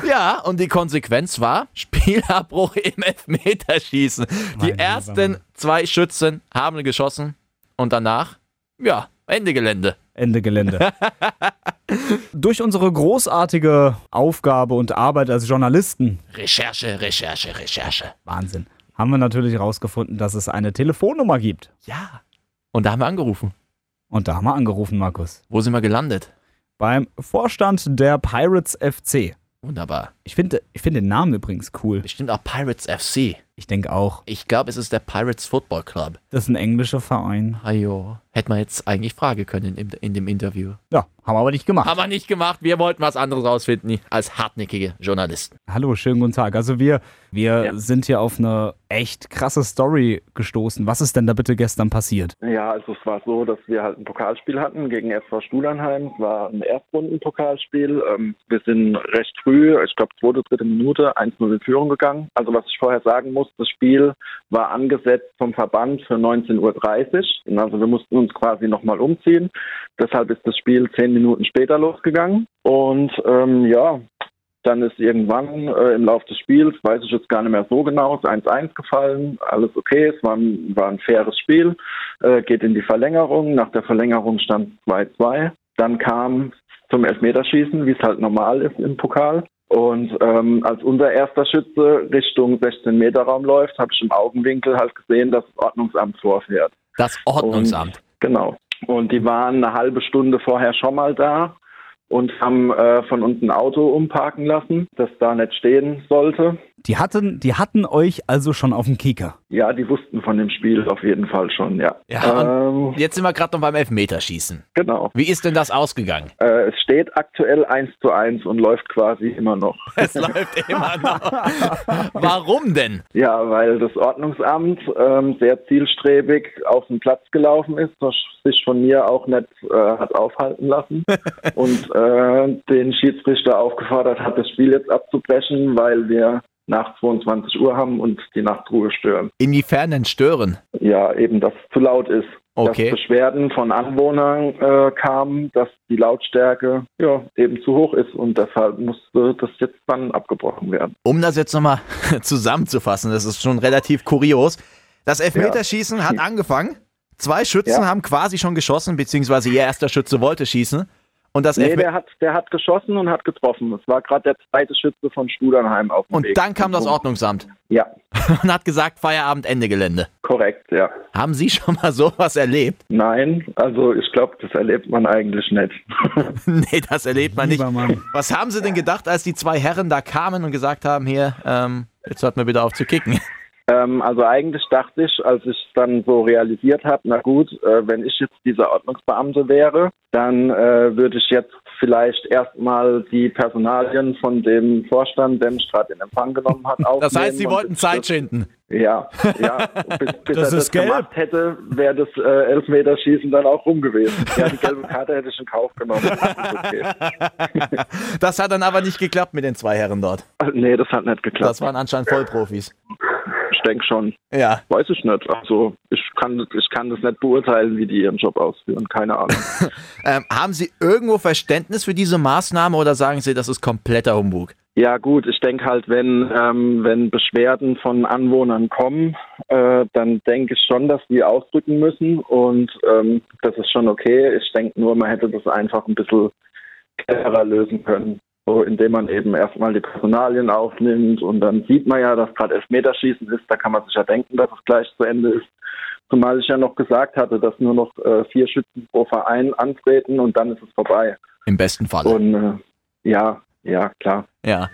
S2: Ja, und die Konsequenz war Spielabbruch im Elfmeterschießen. Die
S1: lieber
S2: ersten
S1: Mann.
S2: zwei Schützen haben geschossen und danach, ja, Ende Gelände.
S1: Ende Gelände. Durch unsere großartige Aufgabe und Arbeit als Journalisten
S2: Recherche, Recherche, Recherche.
S1: Wahnsinn. Haben wir natürlich herausgefunden, dass es eine Telefonnummer gibt.
S2: Ja. Und da haben wir angerufen.
S1: Und da haben wir angerufen, Markus.
S2: Wo sind wir gelandet?
S1: Beim Vorstand der Pirates FC.
S2: Wunderbar.
S1: Ich finde ich finde den Namen übrigens cool.
S2: Bestimmt auch Pirates FC.
S1: Ich denke auch,
S2: Ich glaube, es ist der Pirates Football Club.
S1: das ist ein englischer Verein.
S2: Ajo. Hätte man jetzt eigentlich fragen können in, in dem Interview.
S1: Ja, haben wir aber nicht gemacht.
S2: Haben wir nicht gemacht. Wir wollten was anderes rausfinden als hartnäckige Journalisten.
S1: Hallo, schönen guten Tag. Also wir, wir
S2: Ja.
S1: sind hier auf eine echt krasse Story gestoßen. Was ist denn da bitte gestern passiert?
S10: Ja, also es war so, dass wir halt ein Pokalspiel hatten gegen SV Studernheim. Es war ein Erstrunden-Pokalspiel. Ähm, wir sind recht früh, ich glaube zweite, dritte Minute, 1-0 in Führung gegangen. Also was ich vorher sagen muss, das Spiel war angesetzt vom Verband für 19.30 Uhr. Also wir mussten uns quasi nochmal umziehen. Deshalb ist das Spiel zehn Minuten später losgegangen. Und ähm, ja, dann ist irgendwann äh, im Laufe des Spiels, weiß ich jetzt gar nicht mehr so genau, ist 1-1 gefallen, alles okay, es war ein, war ein faires Spiel, äh, geht in die Verlängerung, nach der Verlängerung stand 2-2, dann kam zum Elfmeterschießen, wie es halt normal ist im Pokal. Und ähm, als unser erster Schütze Richtung 16-Meter-Raum läuft, habe ich im Augenwinkel halt gesehen, dass das Ordnungsamt vorfährt.
S2: Das Ordnungsamt.
S10: Genau. Und die waren eine halbe Stunde vorher schon mal da und haben äh, von uns ein Auto umparken lassen, das da nicht stehen sollte.
S1: Die hatten, die hatten euch also schon auf dem Kieker.
S10: Ja, die wussten von dem Spiel auf jeden Fall schon, ja.
S2: Ja,
S10: ähm,
S2: Jetzt sind wir gerade noch beim Elfmeterschießen.
S10: genau.
S2: Wie ist denn das ausgegangen?
S10: Äh, es steht aktuell 1 zu 1 und läuft quasi immer noch.
S2: Es läuft immer noch. Warum denn?
S10: Ja, weil das Ordnungsamt ähm, sehr zielstrebig auf den Platz gelaufen ist, was sich von mir auch nicht äh, hat aufhalten lassen und äh, den Schiedsrichter aufgefordert hat, das Spiel jetzt abzubrechen, weil wir nach 22 Uhr haben und die Nachtruhe stören.
S2: Inwiefern denn stören?
S10: Ja, eben, dass es zu laut ist.
S2: Okay.
S10: Dass Beschwerden von Anwohnern äh, kamen, dass die Lautstärke ja, eben zu hoch ist und deshalb musste das jetzt dann abgebrochen werden.
S2: Um das jetzt nochmal zusammenzufassen, das ist schon relativ kurios. Das Elfmeterschießen hat angefangen. Zwei Schützen
S10: Hm. Ja.
S2: haben quasi schon geschossen, beziehungsweise ihr erster Schütze wollte schießen. Und das
S10: Nee,
S2: Elfme-
S10: der hat, der hat geschossen und hat getroffen. Es war gerade der zweite Schütze von Studernheim auf dem
S2: Und
S10: Weg.
S2: dann kam das Ordnungsamt
S10: Ja,
S2: und hat gesagt, Feierabend, Ende Gelände.
S10: korrekt, ja.
S2: Haben Sie schon mal sowas erlebt?
S10: Nein, also ich glaube, das erlebt man eigentlich nicht.
S2: nee, das erlebt man nicht.
S1: Lieber Mann.
S2: Was haben Sie denn gedacht, als die zwei Herren da kamen und gesagt haben, hier, ähm, jetzt hört mir bitte auf zu kicken?
S10: ähm, also eigentlich dachte ich, als ich dann so realisiert habe, na gut, äh, wenn ich jetzt dieser Ordnungsbeamte wäre, dann äh, würde ich jetzt vielleicht erstmal die Personalien von dem Vorstand, der mich gerade in Empfang genommen hat, aufnehmen.
S2: Das heißt, Sie
S10: und
S2: wollten
S10: bis
S2: Zeit
S10: das-
S2: schinden.
S10: Ja, ja. Bis, bis
S1: Das
S10: er
S1: ist
S10: das
S1: gelb.
S10: gemacht hätte, wäre das äh, Elfmeterschießen dann auch rum gewesen. Ja, die gelbe Karte hätte ich in Kauf genommen. Das ist okay.
S2: Das hat dann aber nicht geklappt mit den zwei Herren dort.
S10: Nee, das hat nicht geklappt.
S2: Das waren anscheinend Vollprofis.
S10: Ich denke schon.
S2: Ja.
S10: Weiß ich nicht. Also ich kann, ich kann das nicht beurteilen, wie die ihren Job ausführen. Keine Ahnung.
S2: Ähm, haben Sie irgendwo Verständnis für diese Maßnahme oder sagen Sie, das ist kompletter Humbug?
S10: Ja gut, ich denke halt, wenn, ähm, wenn Beschwerden von Anwohnern kommen, äh, dann denke ich schon, dass die ausdrücken müssen und ähm, das ist schon okay. Ich denke nur, man hätte das einfach ein bisschen cleverer lösen können. So, indem man eben erstmal die Personalien aufnimmt und dann sieht man ja, dass gerade Elfmeterschießen ist, da kann man sich ja denken, dass es gleich zu Ende ist. Zumal ich ja noch gesagt hatte, dass nur noch äh, vier Schützen pro Verein antreten und dann ist es vorbei.
S2: Im besten Fall.
S10: Und äh, ja, ja, klar.
S2: Ja.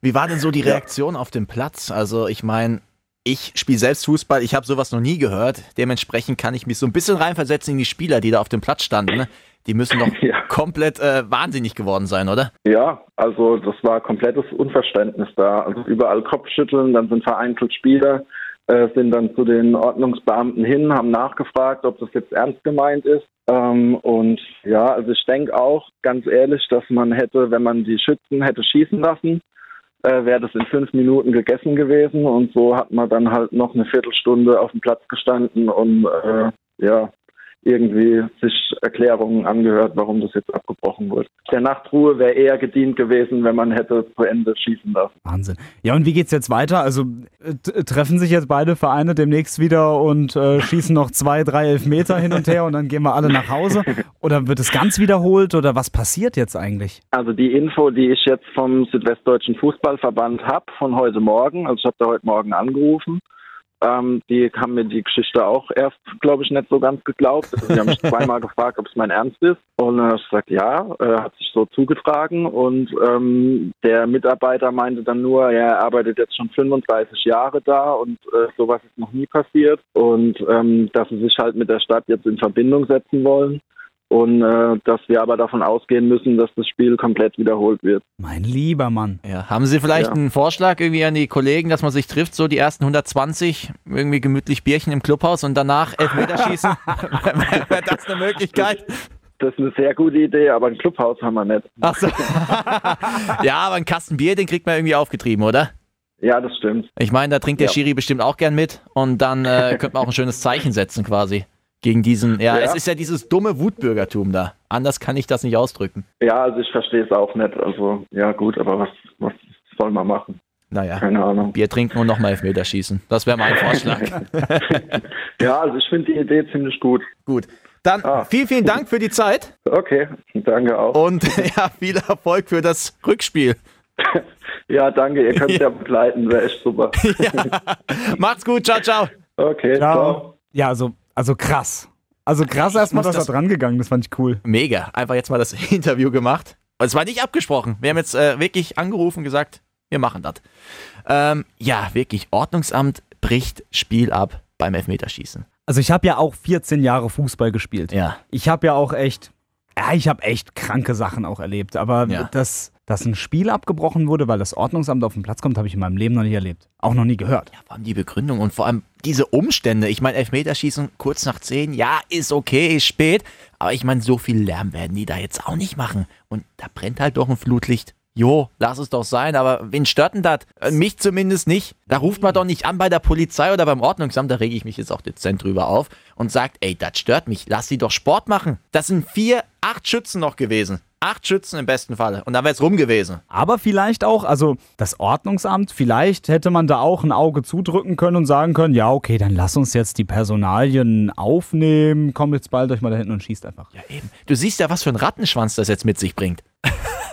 S2: Wie war denn so die Reaktion auf dem Platz? Also, ich meine, ich spiele selbst Fußball, ich habe sowas noch nie gehört. Dementsprechend kann ich mich so ein bisschen reinversetzen in die Spieler, die da auf dem Platz standen. Ne? Die müssen doch
S10: Ja.
S2: komplett äh, wahnsinnig geworden sein, oder?
S10: Ja, also das war komplettes Unverständnis da. Also überall Kopfschütteln, dann sind vereinzelt Spieler, äh, sind dann zu den Ordnungsbeamten hin, haben nachgefragt, ob das jetzt ernst gemeint ist. Ähm, und ja, also ich denke auch ganz ehrlich, dass man hätte, wenn man die Schützen hätte schießen lassen, äh, wäre das in fünf Minuten gegessen gewesen. Und so hat man dann halt noch eine Viertelstunde auf dem Platz gestanden und äh, ja, irgendwie sich Erklärungen angehört, warum das jetzt abgebrochen wurde. Der Nachtruhe wäre eher gedient gewesen, wenn man hätte zu Ende schießen lassen.
S1: Wahnsinn. Ja, und wie geht's jetzt weiter? Also äh, t- treffen sich jetzt beide Vereine demnächst wieder und äh, schießen noch zwei, drei Elfmeter hin und her und dann gehen wir alle nach Hause? Oder wird es ganz wiederholt oder was passiert jetzt eigentlich?
S10: Also die Info, die ich jetzt vom Südwestdeutschen Fußballverband habe, von heute Morgen, also ich habe da heute Morgen angerufen, ähm, die haben mir die Geschichte auch erst, glaube ich, nicht so ganz geglaubt. Also die haben mich zweimal gefragt, ob es mein Ernst ist. Und äh, ich gesagt, ja, äh, hat sich so zugetragen. Und ähm, der Mitarbeiter meinte dann nur, ja, er arbeitet jetzt schon 35 Jahre da und äh, sowas ist noch nie passiert. Und ähm, dass sie sich halt mit der Stadt jetzt in Verbindung setzen wollen. Und äh, dass wir aber davon ausgehen müssen, dass das Spiel komplett wiederholt wird.
S1: Mein lieber Mann.
S2: Ja. Haben Sie vielleicht
S10: Ja.
S2: einen Vorschlag irgendwie an die Kollegen, dass man sich trifft, so die ersten 120, irgendwie gemütlich Bierchen im Clubhaus und danach Elfmeterschießen? Wäre das eine Möglichkeit?
S10: Das ist eine sehr gute Idee, aber ein Clubhaus haben wir nicht.
S2: Ach so. ja, aber einen Kasten Bier, den kriegt man irgendwie aufgetrieben, oder?
S10: Ja, das stimmt.
S2: Ich meine, da trinkt der
S10: Ja.
S2: Schiri bestimmt auch gern mit und dann äh, könnte man auch ein schönes Zeichen setzen quasi gegen diesen, ja,
S10: Ja.
S2: es ist ja dieses dumme Wutbürgertum da. Anders kann ich das nicht ausdrücken.
S10: Ja, also ich verstehe es auch nicht. Also, ja, gut, aber was, was soll man machen?
S2: Naja,
S10: Keine Ahnung.
S2: Bier trinken und nochmal Elfmeter schießen. Das wäre mein Vorschlag.
S10: Ja, also ich finde die Idee ziemlich gut.
S2: Gut, dann
S10: Ah.
S2: vielen, vielen Dank für die Zeit
S10: Okay, danke auch.
S2: und ja, viel Erfolg für das Rückspiel.
S10: Ja, danke, ihr könnt ja begleiten, wäre echt super.
S2: Macht's gut, ciao, ciao.
S10: Okay, ciao.
S1: Ja, also, also krass. Also krass erstmal,
S2: muss
S1: dass er
S2: das-
S1: dran gegangen ist, fand ich cool.
S2: Mega, einfach jetzt mal das Interview gemacht. Und es war nicht abgesprochen. Wir haben jetzt äh, wirklich angerufen, gesagt, wir machen das. Ähm, ja, wirklich, Ordnungsamt bricht Spiel ab beim Elfmeterschießen.
S1: Also ich habe ja auch 14 Jahre Fußball gespielt.
S2: Ja.
S1: Ich habe ja auch echt, ja, ich habe echt kranke Sachen auch erlebt. Aber
S2: Ja.
S1: dass, dass ein Spiel abgebrochen wurde, weil das Ordnungsamt auf den Platz kommt, habe ich in meinem Leben noch nicht erlebt. Auch noch nie gehört.
S2: Vor allem die Begründung und vor allem diese Umstände. Ich meine, Elfmeterschießen kurz nach 10, ja, ist okay, ist spät. Aber ich meine, so viel Lärm werden die da jetzt auch nicht machen. Und da brennt halt doch ein Flutlicht. Jo, lass es doch sein, aber wen stört denn das? Äh, Mich zumindest nicht. Da ruft man doch nicht an bei der Polizei oder beim Ordnungsamt, da rege ich mich jetzt auch dezent drüber auf und sagt, ey, das stört mich, lass sie doch Sport machen. Das sind vier, acht Schützen noch gewesen. Acht Schützen im besten Falle. Und dann wär's rum gewesen.
S1: Aber vielleicht auch, also das Ordnungsamt, vielleicht hätte man da auch ein Auge zudrücken können und sagen können, ja, okay, dann lass uns jetzt die Personalien aufnehmen, kommt jetzt bald euch mal da hinten und schießt einfach.
S2: Ja, eben. Du siehst ja, was für ein Rattenschwanz das jetzt mit sich bringt.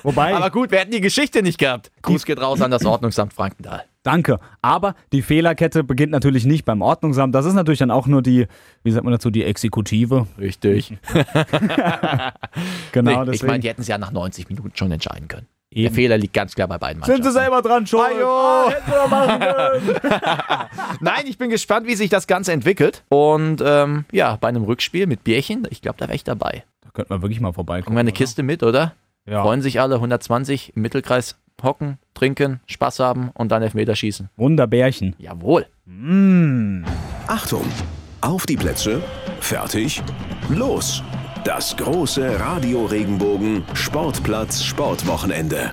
S1: Wobei,
S2: Aber gut, wir hätten die Geschichte nicht gehabt. Gruß geht raus an das Ordnungsamt Frankenthal.
S1: danke, aber die Fehlerkette beginnt natürlich nicht beim Ordnungsamt, das ist natürlich dann auch nur die, wie sagt man dazu, die Exekutive.
S2: Richtig.
S1: Genau,
S2: ich
S1: deswegen.
S2: meine, die hätten es ja nach 90 Minuten schon entscheiden können. Der
S1: Eben.
S2: Fehler liegt ganz klar bei beiden
S1: sind
S2: Mannschaften.
S1: sie selber dran schuld? Ah, hätten wir machen können.
S2: Nein, ich bin gespannt, wie sich das Ganze entwickelt. Und ähm, ja, bei einem Rückspiel mit Bierchen, ich glaube, da wäre ich dabei.
S1: da könnten wir wirklich mal vorbeikommen.
S2: Bringen wir eine Kiste mit, oder?
S1: Ja.
S2: Freuen sich alle, 120 im Mittelkreis hocken, trinken, Spaß haben und dann Elfmeter schießen.
S1: Wunderbärchen.
S2: Jawohl.
S3: Achtung! Auf die Plätze, fertig, los! Das große Radio Regenbogen Sportplatz Sportwochenende.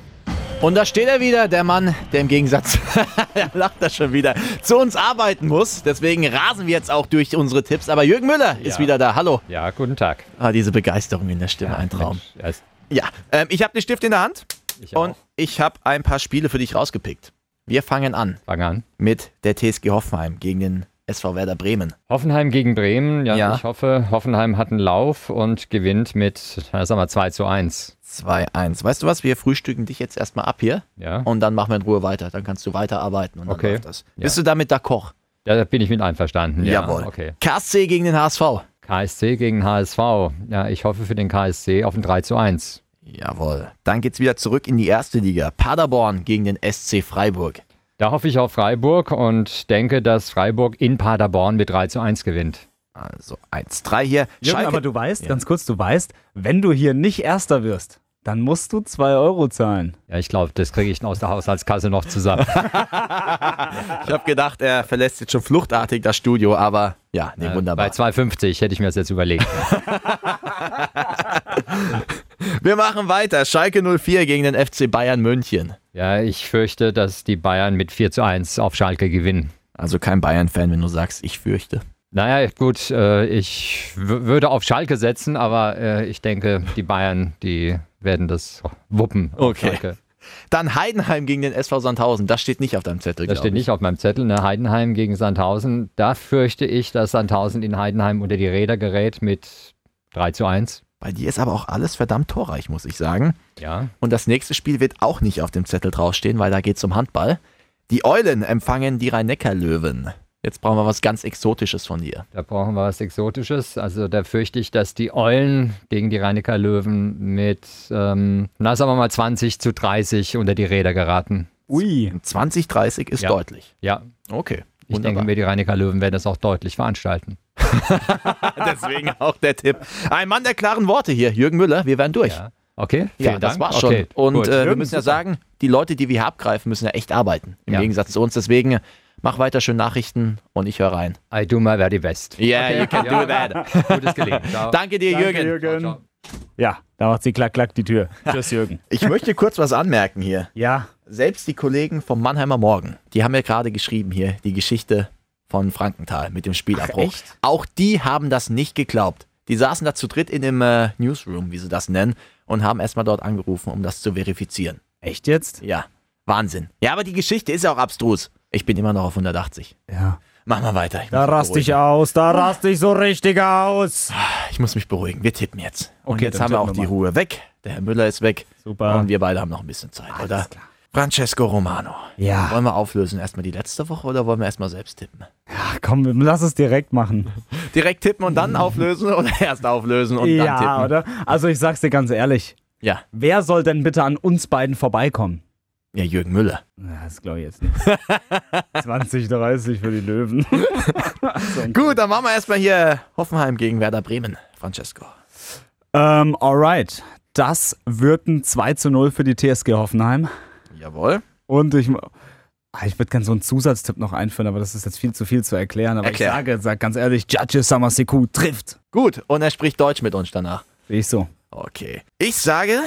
S2: Und da steht er wieder, der Mann, der im Gegensatz, er lacht da schon wieder, zu uns arbeiten muss. Deswegen rasen wir jetzt auch durch unsere Tipps. Aber Jürgen Müller ist wieder da. Hallo.
S7: Ja, guten Tag.
S2: Ah, diese Begeisterung in der Stimme, ein Traum.
S7: Mensch, ja, ist-
S2: Ja, ähm, ich habe den Stift in der Hand
S7: ich
S2: und
S7: auch.
S2: ich habe ein paar Spiele für dich rausgepickt. Wir fangen an
S7: Fang an.
S2: mit der TSG Hoffenheim gegen den SV Werder Bremen.
S7: Hoffenheim gegen Bremen. Ja,
S2: Ja.
S7: ich hoffe, Hoffenheim hat einen Lauf und gewinnt mit, na, sagen wir, 2 zu 1.
S2: 2-1. Weißt du was? Wir frühstücken dich jetzt erstmal ab hier
S7: Ja,
S2: und dann machen wir in Ruhe weiter. Dann kannst du weiterarbeiten und dann
S7: Okay.
S2: läuft das. Bist du damit d'accord?
S7: da bin ich mit einverstanden. Ja,
S2: Jawohl.
S7: Okay.
S2: KSC gegen den HSV.
S7: KSC gegen HSV. Ja, ich hoffe für den KSC auf ein 3 zu 1.
S2: Jawohl. Dann geht's wieder zurück in die erste Liga. Paderborn gegen den SC Freiburg.
S7: Da hoffe ich auf Freiburg und denke, dass Freiburg in Paderborn mit 3 zu 1 gewinnt.
S2: Also 1-3 hier.
S1: Jürgen, aber du weißt, ganz kurz, du weißt, wenn du hier nicht Erster wirst, dann musst du 2 Euro zahlen.
S7: Ja, ich glaube, das kriege ich aus der Haushaltskasse noch zusammen.
S2: ich habe gedacht, er verlässt jetzt schon fluchtartig das Studio, aber ja, nee,
S7: Bei
S2: wunderbar.
S7: 2,50 hätte ich mir das jetzt überlegt.
S2: Wir machen weiter. Schalke 04 gegen den FC Bayern München.
S7: Ja, ich fürchte, dass die Bayern mit 4 zu 1 auf Schalke gewinnen.
S2: Also kein Bayern-Fan, wenn du sagst, ich fürchte.
S7: Naja, gut, äh, ich w- würde auf Schalke setzen, aber äh, ich denke, die Bayern, die werden das wuppen. auf
S2: Okay.
S7: Schalke.
S2: Dann Heidenheim gegen den SV Sandhausen. Das steht nicht auf deinem Zettel.
S7: Das
S2: glaub
S7: steht
S2: ich.
S7: nicht auf meinem Zettel, ne? Heidenheim gegen Sandhausen. Da fürchte ich, dass Sandhausen in Heidenheim unter die Räder gerät mit 3 zu 1.
S2: Bei dir ist aber auch alles verdammt torreich, muss ich sagen.
S7: Ja,
S2: Und das nächste Spiel wird auch nicht auf dem Zettel draufstehen, weil da geht's um Handball. Die Eulen empfangen die Rhein-Neckar-Löwen. Jetzt brauchen wir was ganz Exotisches von dir.
S7: da brauchen wir was Exotisches. Also da fürchte ich, dass die Eulen gegen die Rheinecker Löwen mit, ähm, na sagen wir mal 20 zu 30 unter die Räder geraten.
S1: Ui.
S2: 2030 Um ist
S7: Ja.
S2: deutlich.
S7: Ja,
S2: Okay.
S7: ich denke mir, die Rheinecker Löwen werden das auch deutlich veranstalten.
S2: Deswegen auch der Tipp. Ein Mann der klaren Worte hier, Jürgen Müller. Wir wären durch.
S7: Ja. Okay,
S2: Ja,
S7: vielen
S2: das
S7: Dank.
S2: war's schon.
S7: Okay,
S2: und
S7: gut.
S2: äh, wir müssen ja sagen, die Leute, die wir hier abgreifen, müssen ja echt arbeiten. Im
S7: Ja.
S2: Gegensatz zu uns. Deswegen mach weiter schön Nachrichten und ich höre rein.
S7: I do my very best.
S2: Yeah, you can do
S7: Ja.
S2: that.
S7: Gutes Gelingen. Ciao.
S2: Danke dir, Jürgen.
S1: Jürgen. Ja, da macht sie klack, klack die Tür. Tschüss, Jürgen.
S2: Ich möchte kurz was anmerken hier.
S1: Ja,
S2: Selbst die Kollegen vom Mannheimer Morgen, die haben ja gerade geschrieben hier die Geschichte von Frankenthal mit dem Spielabbruch.
S1: echt?
S2: Auch die haben das nicht geglaubt. Die saßen da zu dritt in dem äh, Newsroom, wie sie das nennen, und haben erstmal dort angerufen, um das zu verifizieren.
S1: echt jetzt?
S2: Ja, Wahnsinn. Ja, aber die Geschichte ist ja auch abstrus. Ich bin immer noch auf 180.
S1: Ja.
S2: Mach mal weiter. Ich muss
S1: Da
S2: mich
S1: rast ich
S2: beruhigen.
S1: aus, da rast ich so richtig aus.
S2: Ich muss mich beruhigen. Wir tippen jetzt. Und
S1: Okay,
S2: jetzt
S1: dann
S2: haben wir
S1: tippen
S2: auch
S1: wir mal.
S2: die Ruhe weg. Der Herr Müller ist weg.
S1: Super.
S2: Und wir beide haben noch ein bisschen Zeit, oder? Francesco Romano.
S1: Ja,
S2: Wollen wir auflösen? Erstmal die letzte Woche oder wollen wir erstmal selbst tippen?
S1: ach komm, lass es direkt machen.
S2: Direkt tippen und dann auflösen oder erst auflösen und dann tippen?
S1: ja, oder? Also ich sag's dir ganz ehrlich,
S2: Ja.
S1: wer soll denn bitte an uns beiden vorbeikommen?
S2: Ja, Jürgen Müller.
S1: Na, Das glaube ich jetzt nicht. 20, 30 für die Löwen.
S2: Gut, dann machen wir erstmal hier Hoffenheim gegen Werder Bremen, Francesco.
S1: Ähm, alright. Das wird ein 2 zu 0 für die TSG Hoffenheim.
S2: Jawohl.
S1: Und ich. Ah, Ich würde gerne so einen Zusatztipp noch einführen, aber das ist jetzt viel zu viel zu erklären. Aber
S2: Erklär.
S1: ich sage, sag ganz ehrlich, Judge Samaseku trifft.
S2: Gut, und er spricht Deutsch mit uns danach.
S1: Sehe ich so.
S2: Okay. Ich sage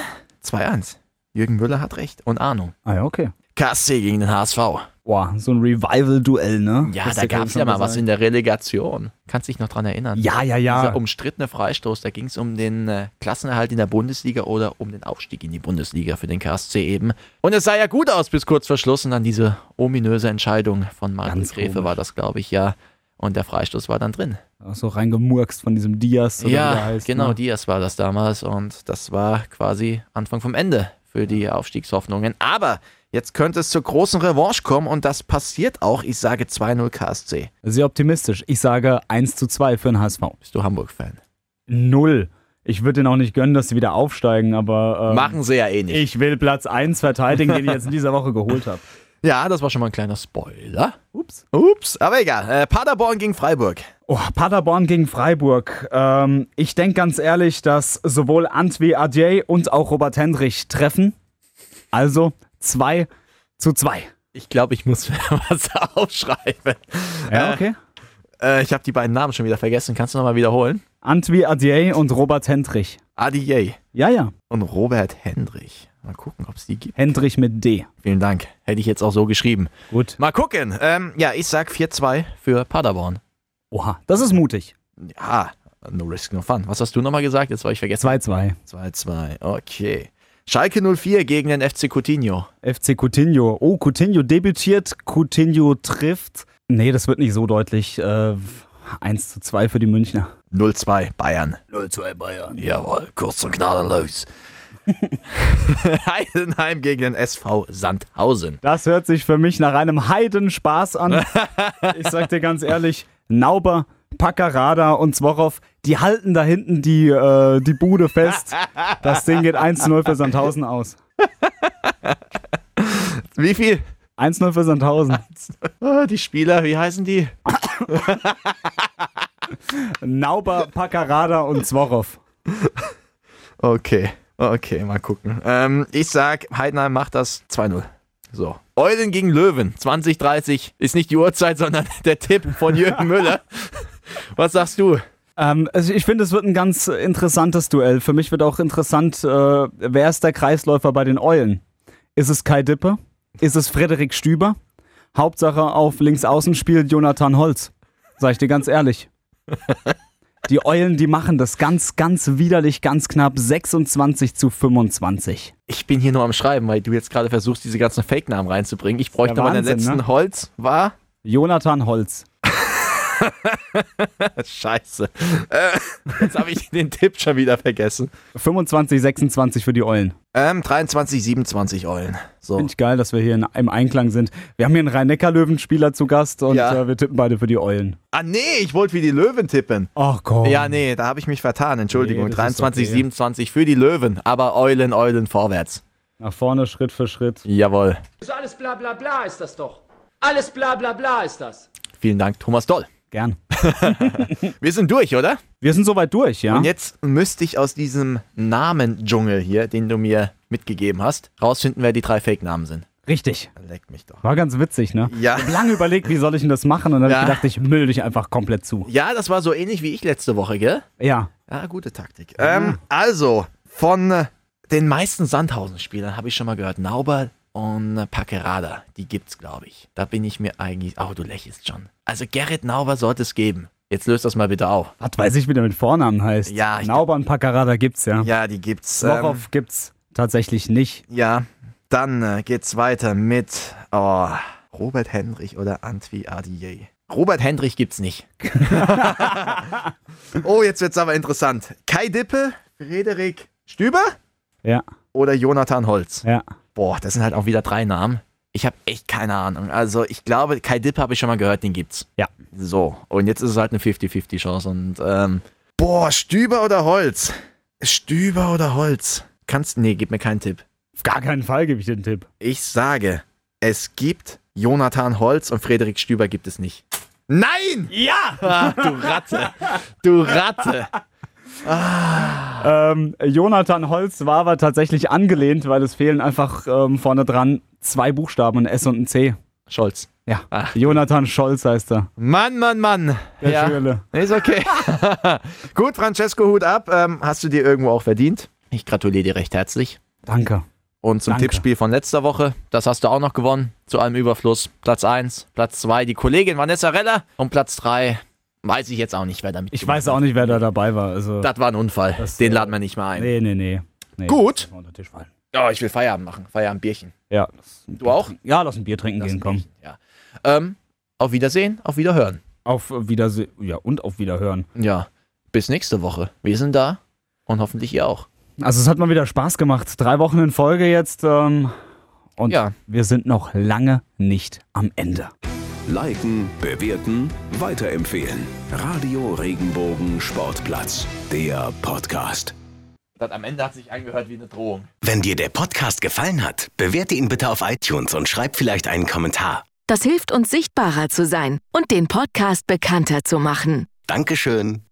S2: 2-1. Jürgen Müller hat recht und Ahnung.
S1: Ah ja, okay.
S2: KSC gegen den HSV.
S1: Boah, so ein Revival-Duell, ne?
S2: Ja,
S1: Das
S2: da
S1: hier kann
S2: gab es
S1: ich
S2: ja
S1: noch
S2: mal was
S1: sagen.
S2: in der Relegation. Kannst dich noch dran erinnern?
S1: Ja, ja,
S2: Dieser
S1: ja.
S2: umstrittene Freistoß, da ging es um den äh, Klassenerhalt in der Bundesliga oder um den Aufstieg in die Bundesliga für den KSC eben. Und es sah ja gut aus bis kurz vor Schluss und dann diese ominöse Entscheidung von Martin
S1: Ganz
S2: Gräfe
S1: komisch.
S2: war das, glaube ich, ja. Und der Freistoß war dann drin.
S1: Auch so reingemurkst von diesem Diaz. Oder wie der
S2: ja,
S1: heißt,
S2: genau,
S1: ne?
S2: Diaz war das damals und das war quasi Anfang vom Ende für die Aufstiegshoffnungen. Aber jetzt könnte es zur großen Revanche kommen und das passiert auch. Ich sage 2-0 KSC.
S1: Sehr optimistisch. Ich sage 1 zu 2 für den HSV.
S2: Bist du Hamburg-Fan?
S1: Null. Ich würde denen auch nicht gönnen, dass sie wieder aufsteigen, aber ähm,
S2: Machen sie ja eh nicht.
S1: ich will Platz 1 verteidigen, den ich jetzt in dieser Woche geholt habe.
S2: Ja, das war schon mal ein kleiner Spoiler.
S1: Ups.
S2: Ups, aber egal. Äh, Paderborn gegen Freiburg.
S1: Oh, Paderborn gegen Freiburg. Ähm, ich denke ganz ehrlich, dass sowohl Antwi Adjei und auch Robert Hendrich treffen. Also 2 zu 2.
S2: Ich glaube, ich muss was aufschreiben.
S1: Ja, okay.
S2: Äh, ich habe die beiden Namen schon wieder vergessen. Kannst du nochmal wiederholen?
S1: Antwi Adjei und Robert Hendrich.
S2: Adiye
S1: Ja, ja.
S2: und Robert Hendrich. Mal gucken, ob es die gibt.
S1: Hendrich mit D.
S2: Vielen Dank. Hätte ich jetzt auch so geschrieben.
S1: Gut.
S2: Mal gucken. Ähm, ja, ich sag 4-2 für Paderborn.
S1: Oha, das ist mutig.
S2: Ja, no risk, no fun. Was hast du nochmal gesagt? Jetzt war ich vergessen.
S1: 2-2.
S2: 2-2, okay. Schalke 04 gegen den FC Coutinho.
S1: FC Coutinho. Oh, Coutinho debütiert. Coutinho trifft. Nee, das wird nicht so deutlich. Äh, 1 zu 2 für die Münchner.
S2: 0-2 Bayern. 0-2 Bayern. Jawohl, kurz und gnadenlos. Heidenheim gegen den SV Sandhausen.
S1: Das hört sich für mich nach einem Heidenspaß an. Ich sag dir ganz ehrlich, Nauber, Packerada und Zworow, die halten da hinten die, äh, die Bude fest. Das Ding geht 1 zu 0 für Sandhausen aus.
S2: Wie viel?
S1: 1 0 für Sandhausen.
S2: Ah, die Spieler, wie heißen die?
S1: Nauber, Packerada und Zworow.
S2: Okay, okay, mal gucken. Ähm, ich sag, Heidenheim macht das 2-0. So. Eulen gegen Löwen. 2030 ist nicht die Uhrzeit, sondern der Tipp von Jürgen Müller. Was sagst du?
S1: Ähm, also ich finde, es wird ein ganz interessantes Duell. Für mich wird auch interessant, äh, wer ist der Kreisläufer bei den Eulen? Ist es Kai Dippe? Ist es Frederik Stüber? Hauptsache auf Linksaußen spielt Jonathan Holz. Sag ich dir ganz ehrlich. Die Eulen, die machen das ganz, ganz widerlich, ganz knapp 26 zu 25.
S2: Ich bin hier nur am Schreiben, weil du jetzt gerade versuchst, diese ganzen Fake-Namen reinzubringen. Ich bräuchte
S1: Ja,
S2: mal den
S1: Wahnsinn,
S2: letzten
S1: ne?
S2: Holz. War
S1: Jonathan Holz.
S2: Scheiße. Äh, jetzt habe ich den Tipp schon wieder vergessen.
S1: 25, 26 für die Eulen.
S2: Ähm, 23, 27 Eulen. So.
S1: Finde ich geil, dass wir hier in, im Einklang sind. Wir haben hier einen Rhein-Neckar-Löwen-Spieler zu Gast und
S2: Ja.
S1: äh, wir tippen beide für die Eulen.
S2: Ah, nee, ich wollte wie die Löwen tippen.
S1: Ach komm.
S2: Ja, nee, da habe ich mich vertan. Entschuldigung.
S1: Oh. Nee, das ist
S2: 23,
S1: okay.
S2: 27 für die Löwen. Aber Eulen, Eulen vorwärts.
S1: Nach vorne, Schritt für Schritt.
S2: Jawohl.
S4: Ist alles bla bla bla ist das doch. Alles bla bla bla ist das.
S2: Vielen Dank, Thomas Doll.
S1: Gern.
S2: Wir sind durch, oder?
S1: Wir sind soweit durch, ja?
S2: Und jetzt müsste ich aus diesem Namendschungel hier, den du mir mitgegeben hast, rausfinden, wer die drei Fake-Namen sind.
S1: Richtig.
S2: Leck mich doch.
S1: War ganz witzig, ne?
S2: Ja.
S1: Ich habe lange überlegt, wie soll ich denn das machen? Und dann
S2: Ja.
S1: habe ich gedacht, ich müll dich einfach komplett zu.
S2: Ja, das war so ähnlich wie ich letzte Woche, gell?
S1: Ja.
S2: Ja, Ah, gute Taktik. Ähm, also, von äh, den meisten Sandhausen-Spielern habe ich schon mal gehört. Nauber und äh, Packerada, die gibt's, glaube ich. Da bin ich mir eigentlich. Oh, du lächelst schon. Also, Gerrit Nauber sollte es geben. Jetzt löst das mal bitte auf.
S1: Was weiß ich, wie der mit Vornamen heißt. Genau,
S2: Ja, ich-
S1: Naubern Packerada gibt's, ja.
S2: Ja, die gibt's.
S1: Wochow
S2: Ähm,
S1: gibt's tatsächlich nicht.
S2: ja, dann äh, geht's weiter mit oh, Robert Hendrich oder Antwi Adier. Robert Hendrich gibt's nicht. oh, jetzt wird's aber interessant. Kai Dippe, Frederik Stüber
S1: Ja,
S2: oder Jonathan Holz?
S1: ja.
S2: Boah, das sind halt auch wieder drei Namen. Ich habe echt keine Ahnung. Also ich glaube, Kai Dipp habe ich schon mal gehört, den gibt's.
S1: Ja.
S2: So, und jetzt ist es halt eine 50-50-Chance und ähm, Boah, Stüber oder Holz? Stüber oder Holz? Kannst, nee, gib mir keinen Tipp.
S1: Auf gar keinen Fall gebe ich den Tipp.
S2: Ich sage, es gibt Jonathan Holz und Frederik Stüber gibt es nicht. Nein!
S1: Ja!
S2: Ah, du Ratte! Du Ratte!
S1: Ähm, Jonathan Holz war aber tatsächlich angelehnt, weil es fehlen einfach ähm, vorne dran zwei Buchstaben, ein S und ein C.
S2: Scholz.
S1: Ja.
S2: Ach.
S1: Jonathan Scholz heißt er.
S2: Mann, Mann, Mann.
S1: Der
S2: Ja.
S1: Schwöle.
S2: Ist okay. Gut, Francesco, Hut ab. Ähm, hast du dir irgendwo auch verdient? Ich gratuliere dir recht herzlich.
S1: Danke.
S2: Und zum
S1: Danke.
S2: Tippspiel von letzter Woche, das hast du auch noch gewonnen. Zu allem Überfluss. Platz 1, Platz 2 die Kollegin Vanessa Reller und Platz 3 weiß ich jetzt auch nicht, wer damit
S1: Ich weiß auch nicht, wer da dabei war. Also,
S2: Das war ein Unfall.
S1: Das,
S2: Den
S1: äh,
S2: laden wir nicht mal ein.
S1: nee, nee, nee, nee.
S2: Gut.
S1: Das war unter den Tisch fallen.
S2: Oh, ich will Feierabend machen. Feierabendbierchen.
S1: Ja.
S2: Du auch?
S1: Ja, lass ein Bier trinken
S2: Lass
S1: gehen,
S2: ein
S1: komm.
S2: Bierchen, Ja. Ähm, auf Wiedersehen, auf Wiederhören.
S1: Auf Wiedersehen. Ja, und auf Wiederhören.
S2: Ja. Bis nächste Woche. Wir sind da und hoffentlich ihr auch.
S1: Also, es hat mal wieder Spaß gemacht. Drei Wochen in Folge jetzt. Ähm, und
S2: Ja.
S1: wir sind noch lange nicht am Ende.
S3: Liken, bewerten, weiterempfehlen. Radio Regenbogen Sportplatz, der Podcast.
S2: Das am Ende hat sich angehört wie eine Drohung.
S11: Wenn dir der Podcast gefallen hat, bewerte ihn bitte auf iTunes und schreib vielleicht einen Kommentar.
S12: Das hilft uns sichtbarer zu sein und den Podcast bekannter zu machen.
S11: Dankeschön.